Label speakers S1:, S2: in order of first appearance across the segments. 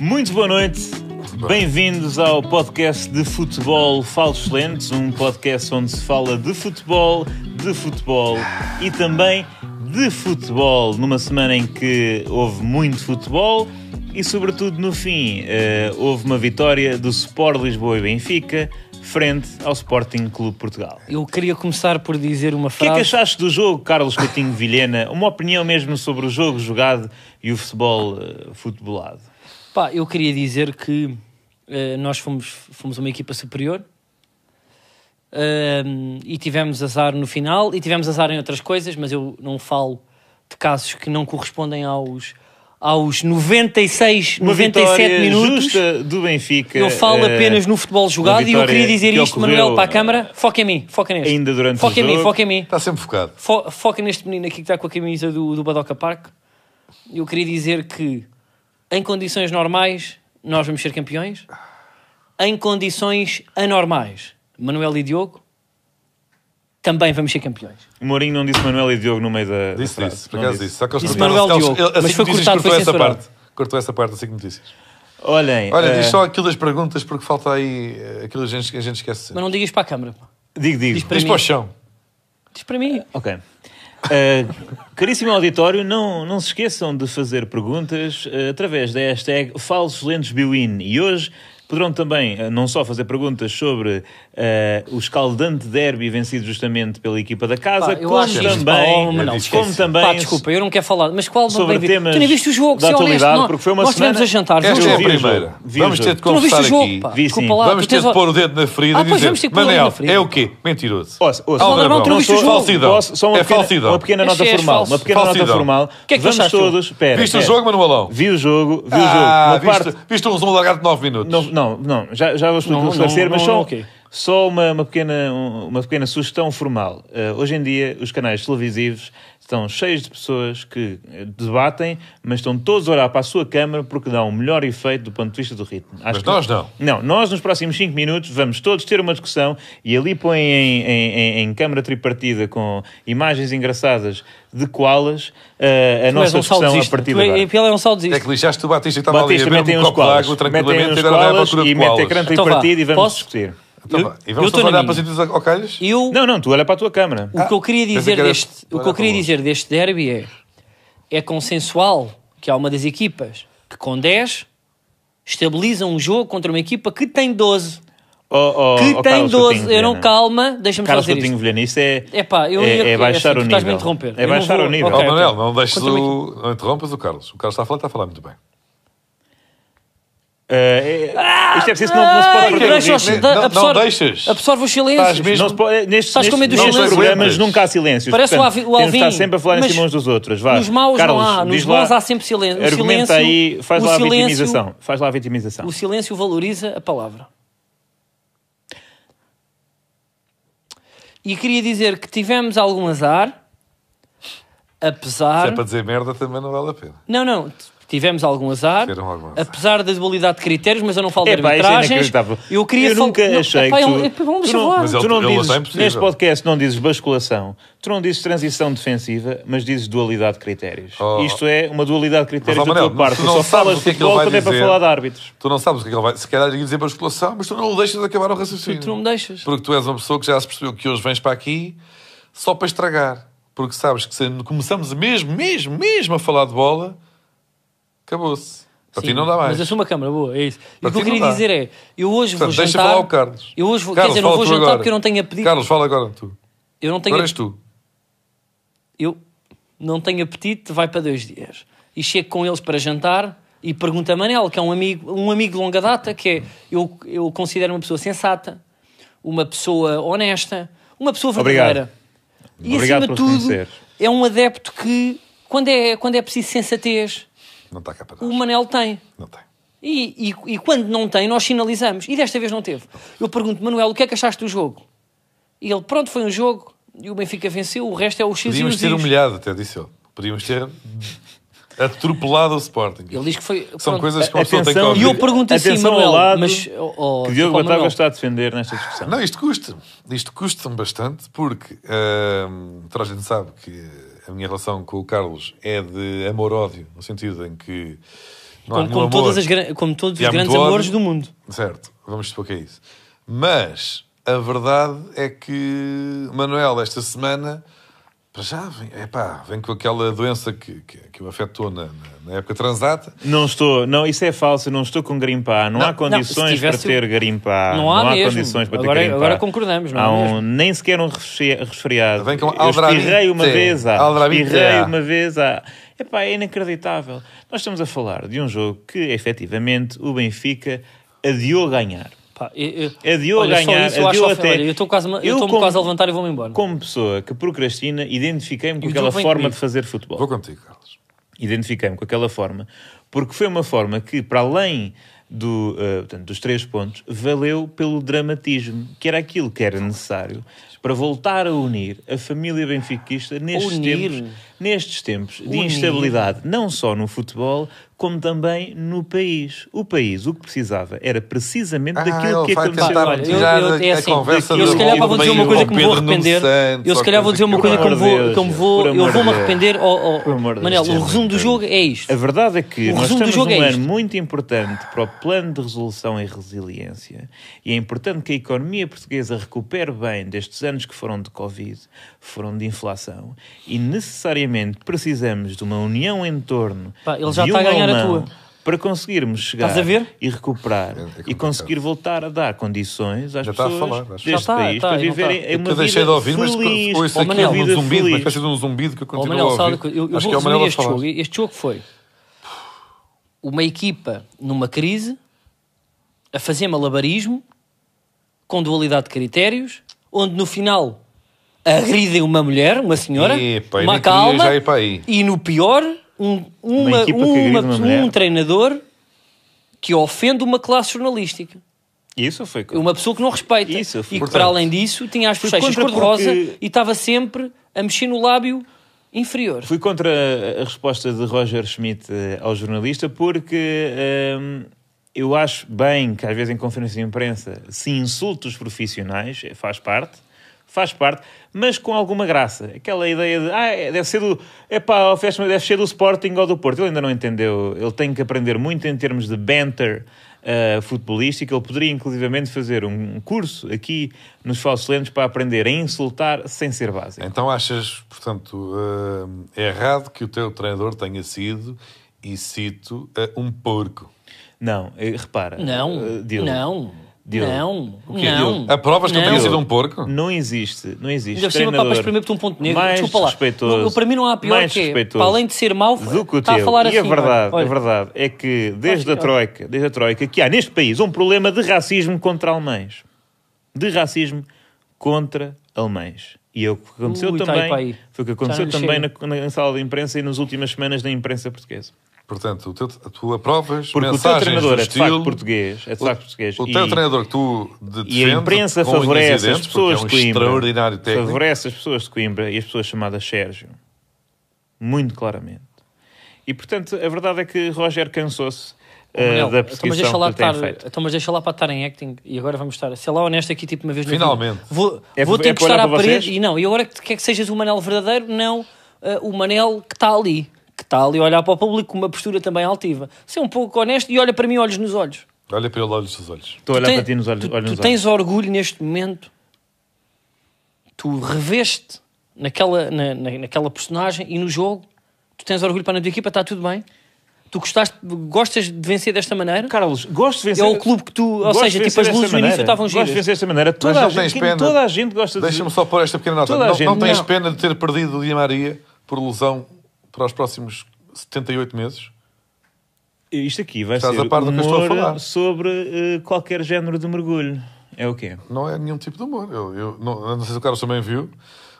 S1: Muito boa noite. Bem-vindos ao podcast de futebol Falsos Lentes, um podcast onde se fala de futebol, de futebol e também de futebol, numa semana em que houve muito futebol e, sobretudo, no fim, eh, houve uma vitória do Sport Lisboa e Benfica frente ao Sporting Clube Portugal.
S2: Eu queria começar por dizer uma
S1: O que é que
S2: frase.
S1: achaste do jogo, Carlos Coutinho Vilhena? Uma opinião mesmo sobre o jogo jogado e o futebol eh, futebolado.
S2: Pá, eu queria dizer que eh, nós fomos, fomos uma equipa superior ehm, e tivemos azar no final e tivemos azar em outras coisas, mas eu não falo de casos que não correspondem aos, aos 96,
S1: Uma
S2: 97
S1: vitória
S2: minutos.
S1: justa do Benfica.
S2: Eu falo
S1: eh,
S2: apenas no futebol jogado e eu
S1: vitória
S2: queria dizer
S1: que
S2: isto,
S1: ocorreu,
S2: Manuel, para a
S1: eh,
S2: câmara. Foca em mim, foca neste.
S1: ainda durante o
S2: foca em mim,
S1: jogo.
S2: foca em mim.
S3: Está Tá sempre focado.
S2: Fo- foca neste menino aqui que está com a camisa do, do Badoca Park. Eu queria dizer que, em condições normais, nós vamos ser campeões. Em condições anormais, Manuel e Diogo, também vamos ser campeões.
S1: O Mourinho não disse Manuel e Diogo no meio da. da
S3: Disse,
S1: frase,
S3: disse.
S1: não
S3: Por acaso
S1: disse.
S3: disse. Só que eles
S2: Disse
S3: cortaram-
S2: Manuel
S3: eles-
S2: Diogo,
S3: eles-
S2: mas
S3: assim
S2: foi
S3: notícias
S2: cortado, foi
S3: cortou
S2: censurado.
S3: essa parte. Cortou essa parte assim que notícias.
S1: Olhem,
S3: Olha,
S1: eh,
S2: É.
S3: diz só aquilo das perguntas porque falta aí eh, aquilo que a gente, a gente esquece.
S2: Mas não digas para a câmara. pá.
S1: digo, digo.
S2: Diz para-
S3: Diz
S2: mim.
S3: para o chão.
S2: Diz para mim.
S1: Ok. Eh, caríssimo auditório, não, não se esqueçam de fazer perguntas eh, através da hashtag Falsos Lentes Biwin. E hoje poderão também eh, não só fazer perguntas sobre eh, o escaldante derby vencido justamente pela equipa da casa,
S2: Pá, eu
S1: como
S2: acho isto-
S1: também,
S2: Oh, Manuel,
S1: como
S3: esquece.
S1: também
S2: Pá, desculpa, eu não quero falar. Mas qual
S1: sobre
S2: bem-vindo?
S1: temas
S2: Tu nem viste o jogo,
S1: da
S2: se é honesto,
S1: atualidade,
S2: não.
S1: porque foi uma
S2: Nós
S1: semana...
S2: estivemos a jantar,
S1: Eu
S2: vi o
S3: Esta é a
S2: jogo.
S1: vi o jogo,
S3: primeira.
S1: vi o
S3: Vamos ter
S1: jogo.
S3: de
S2: Tu não viste
S3: confessar
S2: o jogo,
S3: aqui.
S2: pá.
S1: Vi
S2: Desculpa
S1: sim.
S2: lá.
S3: Vamos
S2: tu
S3: ter
S2: tens
S3: de
S2: o-
S3: pôr o dedo na ferida
S2: Ah,
S3: e
S2: pois,
S3: dizer:
S2: vamos ter que pôr o dedo na
S3: Manel,
S2: ferida.
S3: é o quê? Mentiroso.
S1: Ouça, ouça.
S2: Aldrabão,
S3: Aldrabão.
S2: tu não viste o
S3: sou-
S2: jogo?
S3: Falsidão.
S1: Posso- só uma
S3: é
S1: pequena,
S3: falsidão.
S1: Uma pequena
S2: Este
S1: nota
S2: é
S1: formal.
S2: falso.
S1: Uma pequena nota
S3: Falsidão.
S1: formal.
S2: O que é que
S1: Vamos
S2: achaste,
S1: todos. Pera,
S3: Viste o
S1: pera.
S3: jogo, Manuelão?
S1: Vi o jogo, vi o jogo.
S3: Ah,
S1: Uma parte.
S3: viste, viste um zoom largado de 9 minutos.
S1: Não, não, não, já, já vou explicar
S2: Não,
S1: esclarecer,
S2: não,
S1: mas
S2: não,
S1: só,
S2: não, ok.
S1: só uma, uma pequena, um- uma pequena sugestão formal. Eh, hoje em dia, os canais televisivos estão cheios de pessoas que eh, debatem, mas estão todos a olhar para a sua câmara porque dá um melhor efeito do ponto de vista do ritmo. Acho
S3: Mas nós não.
S1: Não, nós nos próximos 5 minutos vamos todos ter uma discussão e ali põem em, em, em- em câmara tripartida com imagens engraçadas de koalas eh, a
S2: Tu és
S1: nossa
S2: um
S1: discussão a
S2: saudosista.
S1: partir
S2: Tu
S1: de agora.
S2: é- Ele é um saudosista.
S3: É que lixaste o Batista que estava ali a
S1: Batista,
S3: beber
S1: metem
S3: um
S1: uns
S3: copo de água
S1: koalas, metem
S3: tranquilamente
S1: uns
S3: e agora vai à
S1: koalas
S3: procura
S1: e
S3: de
S1: metem
S3: coalas.
S1: cranta
S2: Então
S1: e
S2: vá,
S1: partida e vamos
S2: posso?
S1: discutir.
S3: Então
S2: Eu-
S3: vá, E
S2: eu
S3: vamos
S2: tô
S3: todos
S2: na
S3: olhar
S2: minha.
S3: para sítios ocalhos?
S2: Eu,
S1: Não, não, tu olha para a tua câmara.
S2: O que eu queria
S3: Ah, pensei
S2: dizer
S3: que era-
S2: deste, o que eu
S3: era
S2: queria
S3: para o
S2: dizer deste derby é é consensual que há uma das equipas que com 10 estabiliza um jogo contra uma equipa que tem 12.
S1: Oh, oh,
S2: Que
S1: oh,
S2: tem
S1: Carlos
S2: 12.
S1: Coutinho
S2: Eu não
S1: Vilhena.
S2: calma, deixa-me só
S1: Carlos
S2: dizer
S1: Coutinho
S2: isto.
S1: Vilhena, isso é,
S2: É pá, eu
S1: é,
S2: ia-
S1: é baixar
S2: assim,
S1: o
S2: tu
S1: nível.
S2: estás-me a interromper.
S1: É
S2: Eu não
S1: baixar
S2: vou-
S1: o nível.
S3: Ó,
S2: Ok,
S3: Manuel,
S2: ok.
S3: não deixes
S2: então, Conta-me
S3: o. Não interrompas o Carlos. O Carlos está a falar, está a falar muito bem. é
S1: Eh, é- isto é preciso, não, não se pode
S2: Ah, Ai,
S1: perder o
S2: deixa
S1: ritmo.
S2: os-
S3: ritmo.
S2: da-
S3: Não- não
S2: absorve-
S3: deixas.
S2: Absorve os
S3: Estás
S2: silêncios.
S3: mesmo-
S1: Não se pode, nestes
S2: Estás com medo dos
S1: nestes
S3: silêncios.
S1: programas
S3: Não
S1: nunca há silêncios.
S2: Parece o
S1: portanto,
S2: Avi- o
S1: temos de estar
S2: Alvin.
S1: sempre a falar em
S2: Mas
S1: cima uns dos outros. Vá.
S2: nos maus
S1: Carlos,
S2: não há, nos
S1: diz lá-
S2: bons há sempre silêncio. O
S1: Argumenta
S2: silêncio-
S1: aí, faz
S2: o
S1: lá a
S2: silêncio-
S1: vitimização. Faz lá a vitimização.
S2: O silêncio valoriza a palavra. E queria dizer que tivemos algum azar,
S3: Se
S2: apesar.
S3: é para dizer merda, também não vale a pena.
S2: Não, não. t- Tivemos algum azar,
S3: Tiveram algum azar.
S2: apesar da dualidade de critérios, mas eu não falo
S1: Epá,
S2: de
S1: isso é
S2: arbitragens.
S1: inacreditável.
S2: eu queria
S1: eu
S2: fal-
S1: nunca
S2: Não,
S1: achei
S2: epá,
S1: que
S2: é um-
S1: tu,
S2: epá, vamos
S1: tu não,
S2: falar.
S3: Mas ele-
S1: tu não
S3: ele
S1: dizes,
S3: é impossível.
S1: neste podcast não dizes basculação, tu não dizes transição defensiva, mas dizes dualidade de critérios.
S3: Oh.
S1: Isto é uma dualidade de critérios
S3: Mas, ó,
S1: da tua
S3: Manel,
S1: parte.
S3: tu
S1: Tu
S3: não
S1: só
S3: sabes
S1: falas
S3: o
S1: de
S3: que é que
S1: futebol
S3: ele vai
S1: quando é para
S3: dizer.
S1: falar de árbitros.
S3: Tu não sabes o que é que ele vai. Se calhar ia dizer para a exploração, mas tu não o deixas acabar o raciocínio.
S2: Tu não me deixas.
S3: Porque tu és uma pessoa que já se percebeu que hoje vens para aqui só para estragar. Porque sabes que se começamos mesmo, mesmo, mesmo a falar de bola, acabou-se. Para ti
S2: Sim,
S3: não dá mais.
S2: Mas eu sou uma câmara boa, é isso. E
S3: Para
S2: o que eu
S3: ti não
S2: queria
S3: dá.
S2: dizer é: eu hoje
S3: Portanto,
S2: vou
S3: deixa
S2: jantar.
S3: falar o Carlos.
S2: Eu hoje vou,
S3: Carlos,
S2: quer dizer, não
S3: fala
S2: vou
S3: tu
S2: jantar
S3: agora.
S2: porque eu não tenho apetite.
S3: Carlos, fala agora tu.
S2: eu não tenho
S3: Agora
S2: apetite.
S3: és tu.
S2: eu não tenho apetite, vai para dois dias. E chego com eles para jantar e pergunto a Manel, que é um amigo, um amigo de longa data, que é, eu, eu considero uma pessoa sensata, uma pessoa honesta, uma pessoa verdadeira. E
S1: Obrigado
S2: acima de
S1: por
S2: tudo,
S1: reconhecer.
S2: é um adepto que, quando é, quando é preciso sensatez,
S3: Não está cá para
S2: o
S3: trás.
S2: Manel tem.
S3: Não tem.
S2: E, e- e quando não tem, nós sinalizamos. E desta vez não teve. Eu pergunto, Manuel, o que é que achaste do jogo? E ele, pronto, foi um jogo, e o Benfica venceu, o resto é o X
S3: Podíamos
S2: e os
S3: ter um
S2: Is.
S3: humilhado, até disse ele. Podíamos ter atropelado o Sporting.
S2: Ele diz que foi.
S3: São
S2: pronto, é,
S3: coisas que uma pessoa tem que
S1: Atenção,
S3: ouvir.
S2: E eu pergunto assim,
S1: Atenção ao
S2: Manuel,
S1: lado
S2: mas. oh, oh,
S1: que Diogo
S2: desculpa,
S1: Bataglia
S2: Manuel,
S1: está a defender nesta discussão.
S3: Não, isto custa. Isto custa-me bastante porque hum, toda a gente sabe que a minha relação com o Carlos é de amor-ódio, no sentido em que Não há
S2: como,
S3: nenhum
S2: como
S3: amor.
S2: todas as, gran- como todos
S3: E
S2: os
S3: há
S2: grandes
S3: muito ódio.
S2: amores do mundo.
S3: Certo, vamos supor que é isso. Mas a verdade é que Manuel, esta semana, para já, vem, epá, vem com aquela doença que, que, que o afetou na, na- na época transata.
S1: Não estou, não, isso é falso, eu não estou com grimpar. Não,
S2: Não,
S1: há
S2: não,
S1: condições
S2: se tivesse-
S1: para ter grimpar.
S2: Não há mesmo.
S1: condições para
S2: Agora-
S1: ter grimpar.
S2: agora concordamos, não há
S1: Há um- Nem sequer um resfe- resfriado.
S3: Vem com
S1: eu espirrei uma
S3: Aldravite.
S1: vez há.
S3: Aldravite
S1: Espirrei
S3: há.
S1: uma vez há. Epá, é inacreditável. Nós estamos a falar de um jogo que, efetivamente, o Benfica adiou ganhar.
S2: Pá, eu, eu,
S1: Adiou
S2: olha, só
S1: É ganhar,
S2: isso eu acho
S1: adiou
S2: até...
S1: até...
S2: Olha, eu estou quase, eu
S1: Eu
S2: estou-me
S1: como-
S2: quase a levantar e vou-me embora.
S1: Como pessoa que procrastina, identifiquei-me com
S2: O
S1: aquela
S2: jogo vem
S1: forma
S2: comigo.
S1: de fazer futebol
S3: Vou contigo, Carlos.
S1: identifiquei-me com aquela forma, porque foi uma forma que, para além do, eh, portanto, dos três pontos, valeu pelo dramatismo, que era aquilo que era necessário para voltar a unir a família benfiquista nestes
S2: Unir.
S1: tempos, nestes tempos de
S2: Unir.
S1: instabilidade, não só no futebol, como também no país. O país, o que precisava, era precisamente daquilo
S3: Ah, ele
S1: que
S3: vai
S1: aconteceu.
S3: tentar
S2: Olha, eu-
S3: tirar
S2: eu- é
S3: a
S2: assim,
S3: conversa
S2: eu
S3: do-
S2: se calhar
S3: do
S2: vou dizer
S3: meio
S2: uma coisa que me vou
S3: ao Pedro Nuno
S2: arrepender.
S3: Santos,
S2: Eu se
S3: ou
S2: calhar vou dizer uma coisa que me
S1: Pelo amor
S2: vou,
S1: de
S2: que me
S1: Deus,
S2: vou,
S1: assim. por amor
S2: eu vou me
S1: de Deus.
S2: arrepender. Oh, oh,
S1: Pelo amor de
S2: Manel,
S1: Deus,
S2: o resumo do jogo é isto.
S1: A verdade é que
S2: O
S1: nós
S2: resumo do
S1: estamos
S2: jogo
S1: num
S2: é
S1: ano
S2: isto.
S1: muito importante para o plano de resolução e resiliência e é importante que a economia portuguesa recupere bem destes anos que foram de Covid, foram de inflação e necessariamente precisamos de uma união em torno
S2: Pá, ele já
S1: de
S2: está a
S1: um
S2: ganhar a
S1: alemão
S2: tua.
S1: para conseguirmos chegar
S2: Estás a ver?
S1: e
S3: É-
S1: recuperar
S3: é
S1: e
S3: complicado.
S1: conseguir voltar a dar condições às
S3: Já está a
S1: pessoas
S3: falar, acho.
S1: deste
S2: Já está,
S1: país
S2: está,
S1: para
S2: não está.
S1: viverem
S3: Eu
S1: uma vida
S3: deixei de ouvir, mas
S1: feliz,
S3: ouço
S2: Oh,
S3: aqui
S2: Manel,
S3: um
S1: vida
S3: zumbido, uma
S1: feliz.
S3: espécie de um zumbido que eu
S2: Oh,
S3: continuo
S2: Manel,
S3: a
S2: sabe,
S3: ouvir.
S2: uma coisa? eu, eu
S3: Acho
S2: vou
S3: que é o
S2: resumir
S3: Manel a
S2: este
S3: falar.
S2: jogo. Este jogo foi uma equipa numa crise a fazer malabarismo com dualidade de critérios, onde no final agridem uma mulher, uma senhora,
S3: Epa, eu
S2: uma
S3: nem queria
S2: calma,
S3: já ir para aí.
S2: e no pior, um, uma-
S1: equipa que agride
S2: uma-
S1: uma mulher.
S2: um treinador que ofende uma classe jornalística. É
S1: Isso foi
S2: Uma pessoa que não respeita.
S1: Isso,
S2: e que,
S1: portanto,
S2: para além disso, tinha as
S1: fui
S2: bochechas
S1: contra
S2: cor-de-rosa
S1: porque-
S2: e estava sempre a mexer no lábio inferior.
S1: Fui contra a- a resposta de Roger Schmidt eh, ao jornalista porque ehm, eu acho bem que às vezes em conferência de imprensa se insulte os profissionais, eh, faz parte, faz parte, mas com alguma graça. Aquela ideia de, ah, é, deve ser do, epá, a festa deve ser do Sporting ou do Porto. Ele ainda não entendeu, ele tem que aprender muito em termos de banter eh, futebolístico. Ele poderia inclusivamente fazer um curso aqui nos Falsos Lentos para aprender a insultar sem ser básico.
S3: Então achas, portanto, hum, é errado que o teu treinador tenha sido, e cito, eh, um porco.
S1: Não, eh, repara.
S2: Não,
S1: eh, Diogo,
S2: não,
S1: Diogo.
S2: não,
S3: O quê?
S2: não.
S3: Há provas que ele tenha
S2: não.
S3: sido um porco?
S1: Não existe, não existe.
S2: Ainda por cima, pá,
S1: treinador
S2: para exprimir-te um ponto negro,
S1: mais
S2: desculpa lá.
S1: respeitoso,
S2: Não, para mim não há pior
S1: mais
S2: que é,
S1: respeitoso
S2: para além de ser mau,
S1: do que o
S2: está
S1: teu.
S2: a falar assim.
S1: e a verdade,
S2: olha,
S1: a
S2: olha.
S1: verdade é que desde a
S2: Acho que-
S1: troika, desde a troika, que há neste país um problema de racismo contra alemães, de racismo contra alemães. E é o que aconteceu
S2: Ui, tá aí
S1: também,
S2: para aí.
S1: foi o que
S2: Já
S1: aconteceu
S2: não
S1: também na, na sala de imprensa e nas últimas semanas na imprensa portuguesa.
S3: Portanto, o teu, tu aprovas
S1: Porque o teu
S3: mensagens
S1: treinador
S3: do
S1: é de facto
S3: estilo...
S1: português, é de facto português.
S3: o teu
S1: e-
S3: treinador que tu de-
S1: E a
S3: defendes,
S1: imprensa
S3: com unhas e
S1: favorece as
S3: dentes, porque é
S1: pessoas
S3: um
S1: de Coimbra.
S3: extraordinário técnico.
S1: Favorece as pessoas de Coimbra e as pessoas chamadas Sérgio. Muito claramente. E, portanto, a verdade é que Roger cansou-se eh,
S2: Manel,
S1: da
S2: então, mas deixa
S1: perseguição
S2: lá
S1: que tem
S2: estar,
S1: feito.
S2: então, mas deixa lá para estar em acting e agora vamos estar, sei lá, honesto aqui, tipo uma vez na vida.
S3: Finalmente.
S2: Vou,
S1: É-
S2: vou
S1: é
S2: ter que
S1: para olhar
S2: estar à
S1: para vocês?
S2: parede e não, e agora que quer que sejas o Manel verdadeiro, não ah, o Manel que está ali, que está ali a olhar para o público com uma postura também altiva. Ser um pouco honesto e olha para mim olhos nos olhos.
S3: Olha para ele olhos dos olhos.
S1: Estou a olhar
S2: Tu ten-
S1: para ti nos olhos.
S2: Tu,
S1: olhos
S2: tu
S1: nos
S2: tens orgulho neste momento. Tu reveste naquela, na, na- naquela personagem e no jogo. Tu tens orgulho para a tua equipa, está tudo bem. Tu gostaste, gostas de vencer desta maneira?
S1: olhos. Carlos, gosto de vencer.
S2: É o clube que tu- ou
S1: gosto
S2: seja,
S1: de
S2: tipo,
S1: vencer
S2: as luzes
S1: desta
S2: no início
S1: maneira.
S2: estavam
S1: Gosto de
S2: giras.
S1: vencer desta maneira.
S3: Mas
S1: Toda,
S3: não
S1: a
S3: tens
S1: gente,
S3: pena.
S1: toda a gente gosta de
S3: Deixa-me só pôr esta pequena nota.
S1: Toda a
S3: Não,
S1: gente-
S3: não tens
S1: não.
S3: pena de ter perdido o Di Maria por lesão para os próximos 78 meses?
S1: Isto aqui vai
S3: Estás
S1: ser
S3: a par do que eu estou a
S1: humor
S3: falar.
S1: sobre eh, qualquer género de mergulho. É o quê?
S3: Não é nenhum tipo de humor. Eu, eu não, eu não sei se o Carlos também viu.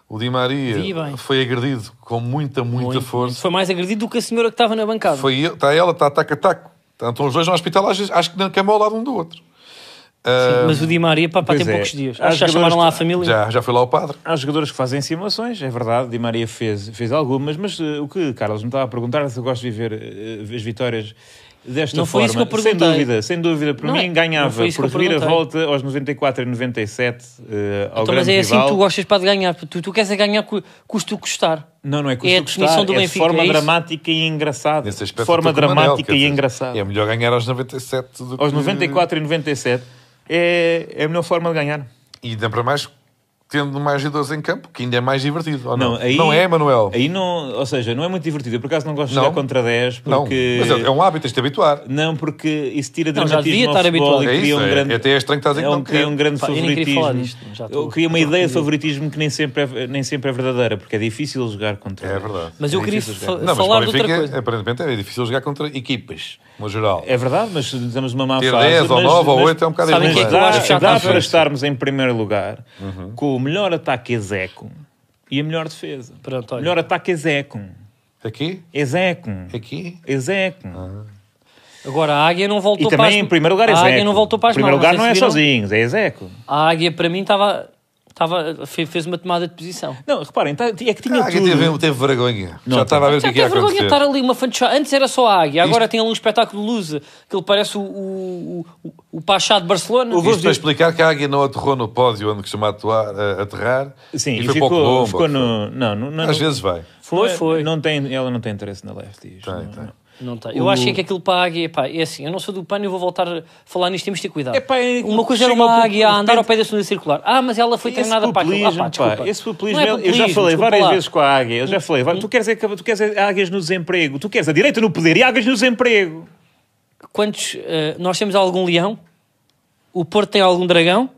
S3: O Di Maria
S2: Vi bem.
S3: foi agredido com muita, muita
S2: Muito, muito.
S3: força.
S2: Foi mais agredido do que a senhora que estava na bancada.
S3: Foi ele, está ela, tá, está taco a taco. Estão então os dois no hospital, às vezes, acho que na cama ao lado um do outro. Ah,
S2: Sim, mas o Di Maria, pá, pá
S1: pois
S2: tem
S1: é.
S2: poucos dias.
S1: Há
S2: Acho que já chamaram lá a
S1: jogadores-
S2: família.
S3: já, já foi lá o padre.
S1: Há jogadores que fazem simulações, é verdade, Di Maria fez, fez algumas, mas eh, o que Carlos me estava a perguntar é se eu gosto de viver eh, as vitórias desta
S2: Não foi
S1: forma.
S2: isso que eu
S1: sem
S2: perguntei.
S1: dúvida, sem dúvida. Para
S2: Não é-
S1: mim,
S2: não
S1: ganhava
S2: foi isso que
S1: por
S2: eu perguntei.
S1: reviravolta aos 94 e 97 eh, ao
S2: Então,
S1: grande
S2: mas é assim
S1: rival.
S2: que tu gostas para de ganhar. Tu, tu queres é ganhar cu- custo o que custar.
S1: Não, não é custo
S2: É a
S1: que
S2: definição
S1: está,
S2: do
S1: é de
S2: Benfica,
S1: forma
S2: é isso?
S1: dramática e engraçada.
S3: Nesse aspecto,
S1: forma
S3: estou com o Manel,
S1: dramática
S3: quer
S1: e
S3: dizer,
S1: engraçada.
S3: É melhor ganhar aos 97 do
S1: Aos
S3: que-
S1: 94 e 97 é, é a melhor forma de ganhar.
S3: E ainda para mais tendo mais jogadores em campo, que ainda é mais divertido. ou não,
S1: Não, aí-
S3: não é, Manuel?
S1: Aí não, ou seja, não é muito divertido. Eu por acaso não gosto de
S3: Não.
S1: jogar contra 10
S3: Não,
S1: porque
S3: mas é, é um hábito, tens de te habituar.
S1: Não, porque isso tira
S2: Não, já
S1: dramatismo
S2: devia
S1: ao
S2: estar
S1: futebol e
S2: habituado.
S3: É
S1: cria
S3: isso,
S1: um
S3: é-
S1: grande...
S3: é até estranho estar a dizer que
S1: é um-
S3: não
S1: cria um
S3: quer.
S1: grande
S2: Pá, eu nem queria
S1: favoritismo.
S2: falar disto, já estou-
S1: Eu cria uma ideia de
S2: estou
S1: favoritismo que nem sempre é, nem sempre é verdadeira, porque é difícil jogar contra
S3: É
S1: eles.
S3: verdade.
S2: Mas eu
S1: É
S2: queria
S1: difícil jogar.
S2: fa-
S3: Não, mas
S2: falar
S3: para o
S2: de outra
S3: Benfica,
S2: coisa.
S3: aparentemente, é difícil jogar contra equipas, no geral.
S1: É verdade, mas estamos numa má
S3: Ter
S1: fase.
S3: 10 ou
S1: mas-
S3: 9 ou
S1: mas-
S3: 8 é um bocado
S2: Sabem
S1: mas
S2: o que é que
S1: dá,
S2: eu acho que já está
S1: dá
S2: feito?
S1: para estarmos em primeiro lugar
S3: Uhum.
S1: com o melhor ataque é Zeco e a melhor defesa.
S2: Pronto,
S1: o
S2: olha.
S1: melhor ataque é Zeco.
S3: Aqui?
S1: É Zeco.
S3: Aqui?
S1: É Zeco.
S3: Ah.
S2: Agora, a Águia não voltou
S1: E
S2: para as...
S1: também em primeiro lugar é
S2: A
S1: Zeco.
S2: Águia não voltou para as assim
S1: primeiro
S2: mamas,
S1: lugar não é
S2: sei se viram.
S1: sozinhos, é Zeco.
S2: A Águia, para mim, estava... estava fe- fez uma tomada de posição.
S1: Não, reparem, tá- é que tinha
S3: Ah, aqui
S1: tudo.
S3: teve, teve vergonha.
S1: Não,
S3: Já
S1: tá.
S3: estava a ver o que,
S2: Já
S3: é que ia
S2: tem vergonha de
S3: acontecer.
S2: estar ali uma fanchada. Antes era só a Águia, agora tem ali um espetáculo de luz, que ele parece o, o, o, o Pachá de Barcelona.
S1: O vou
S3: Isto para
S1: dizer-
S3: explicar que a águia não aterrou no pódio onde costuma atuar, a- aterrar
S1: Sim,
S3: e,
S1: e
S3: foi
S1: ficou,
S3: para o Colombo.
S1: ficou no. Não, não, não,
S3: Às vezes vai.
S2: Foi,
S1: não é-
S2: foi.
S1: Não tem, ela não tem interesse na left. diz.
S3: Tem,
S1: Não,
S3: tem.
S1: não.
S2: Não tem. Eu
S1: O-
S2: acho que é que aquilo para a águia, pá, é assim, eu não sou do pano e vou voltar a falar nisto, temos de ter cuidado.
S1: É, pá, é-
S2: uma coisa era
S1: chega
S2: uma
S1: ao ponto-
S2: águia a andar
S1: de repente-
S2: ao pé da segunda circular. Ah, mas ela foi
S1: Esse
S2: treinada para aquilo. Ah,
S1: populismo,
S2: pá,
S1: pá,
S2: desculpa.
S1: esse populismo,
S2: Não é
S1: eu já falei várias
S2: populismo, desculpa lá.
S1: vezes com a Águia, eu já falei, vai- tu queres, é que- tu queres é águias no desemprego, tu queres a direita no poder e águias no desemprego.
S2: Quantos, eh, nós temos algum leão? O Porto tem algum dragão?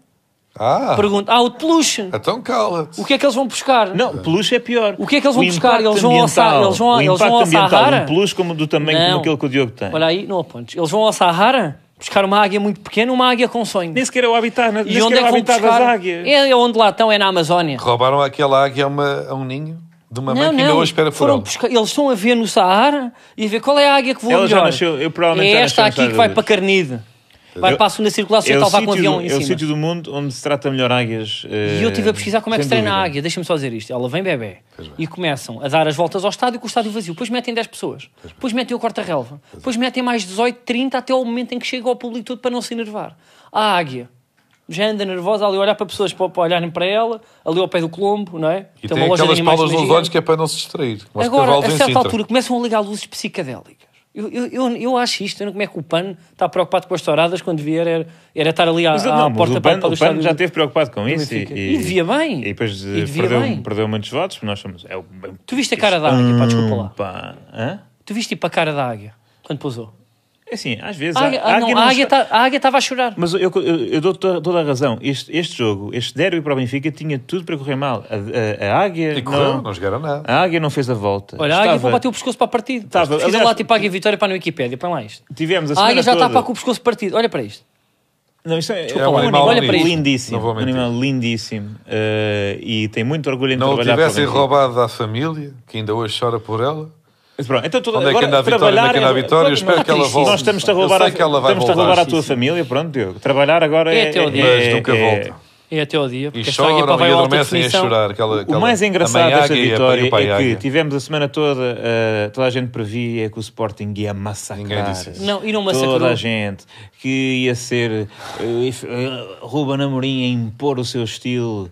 S3: Ah,
S2: Pergunta, ah, o de peluche.
S3: então cala-te.
S2: O que é que eles vão buscar?
S1: Não, peluche é pior.
S2: O que é que eles vão buscar?
S1: impacto
S2: Eles vão ao Sa-
S1: ambiental,
S2: eles vão-
S1: o
S2: eles
S1: impacto
S2: vão ao
S1: ambiental de
S2: Sahara?
S1: Um peluche como do tamanho
S2: Não.
S1: como aquele que o Diogo tem.
S2: Olha aí, não apontes. Eles vão ao Sahara buscar uma águia muito pequena, uma águia com sonho.
S1: Nem sequer é o habitat, nem
S2: E
S1: sequer
S2: onde
S1: é
S2: é
S1: o
S2: que vão
S1: habitat das
S2: buscar?
S1: águias.
S2: É onde lá estão, é na Amazónia.
S3: Roubaram aquela águia a, uma- a um ninho de uma mãe
S2: Não,
S3: que ainda
S2: não.
S3: hoje espera por
S2: Foram
S3: ela.
S2: buscar- Eles estão a ver no Saara e a ver qual é a águia que voa
S1: Ela já
S2: melhor.
S1: nasceu- eu provavelmente
S2: é
S1: já
S2: esta
S1: nasceu
S2: aqui
S1: nos
S2: que vai
S1: Estados
S2: para Carnide. Vai
S1: Eu-
S2: para a segunda circulação e
S1: É o,
S2: tal, vai com um
S1: sítio,
S2: avião
S1: do- é
S2: em
S1: o
S2: cima.
S1: sítio do mundo onde se trata melhor águias. eh,
S2: E eu estive a pesquisar como é que se treina a águia. Deixa-me só dizer isto. Ela vem bebê e começam a dar as voltas ao estádio com o estádio vazio. Depois metem 10 pessoas. Depois metem o corta-relva. Depois metem mais 18, 30 até ao momento em que chega ao público todo para não se enervar. A águia já anda nervosa ali a olhar para pessoas para, para olharem para ela, ali ao pé do Colombo, não é?
S3: E tem, aquelas
S2: animais
S3: palmas nos
S2: também
S3: olhos que é para não se distrair. Como os
S2: Agora,
S3: cavalos
S2: a
S3: em
S2: certa
S3: Sintra.
S2: altura, começam a ligar luzes psicadélicas. Eu, eu, eu, eu acho isto, eu não como é que o PAN está preocupado com as touradas quando vier era, era estar ali à,
S1: Mas,
S2: à
S1: não, Ah, mas
S2: porta
S1: o PAN,
S2: para, para
S1: o PAN já esteve preocupado com isso e,
S2: Benfica. E devia bem.
S1: E depois eh,
S2: E devia
S1: perdeu,
S2: bem.
S1: perdeu muitos votos, porque nós somos. É o,
S2: Tu viste a cara da águia, pá, desculpa lá.
S1: Pá, hã?
S2: Tu viste tipo a cara da águia quando pousou?
S1: É Assim, às vezes.
S2: A águia- ah, não, a águia
S1: está-
S2: tá- a águia estava a chorar.
S1: Mas eu, eu, eu dou toda toda a razão. Este, este jogo, este derby para o Benfica, tinha tudo para correr mal. A, a- a águia.
S3: E correu, não,
S1: não,
S3: jogaram nada.
S1: a águia não fez a volta.
S2: Olha, a águia vou bater o pescoço para a partida.
S1: Estava-
S2: Fiz
S1: aliás-
S2: lá tipo águia vitória para a Wikipédia, põe lá isto.
S1: Tivemos a
S2: A
S1: semana
S2: águia já está
S1: toda-
S2: para com o pescoço partido. Olha para isto.
S1: Não, isto é,
S3: lá,
S1: é um
S3: olha
S1: animal
S2: para isto.
S1: lindíssimo.
S3: Não vou
S1: Um
S3: mentir.
S1: animal lindíssimo. eh, e tem muito orgulho em
S3: Não o
S1: trabalhar para o
S3: tivessem
S1: Benfica.
S3: roubado à família, que ainda hoje chora por ela.
S1: Mas pronto, então toda,
S3: Onde é que
S1: agora,
S3: anda a vitória?
S1: trabalhar
S3: Onde é que anda a
S1: é-
S3: vitória? Eu espero que ela
S2: triste.
S3: volte.
S1: Nós estamos-te a
S3: Eu
S1: roubar,
S3: sei
S1: a,
S3: que ela vai
S1: estamos-te a
S3: voltar.
S1: roubar à tua família, pronto, Diogo. Trabalhar agora
S2: É
S1: é...
S2: até ao dia.
S1: é-
S3: Mas nunca
S1: é-
S3: volta.
S2: É até ao dia.
S3: E
S2: porque esta águia
S3: choram
S2: para vai
S3: e
S2: à alta
S3: adormecem a
S2: é definição.
S3: chorar. Aquela, aquela,
S1: O mais
S3: a
S1: engraçado
S3: mãe
S1: desta
S3: águia e a- e
S1: vitória
S3: o pai
S1: é que
S3: águia.
S1: tivemos a semana toda, eh, toda a gente previa que o Sporting ia massacrar.
S3: Ninguém disse isso.
S2: Não, e não
S1: Toda a
S2: massacrou.
S1: gente que ia ser eh, if- eh, Ruben Amorim a impor o seu estilo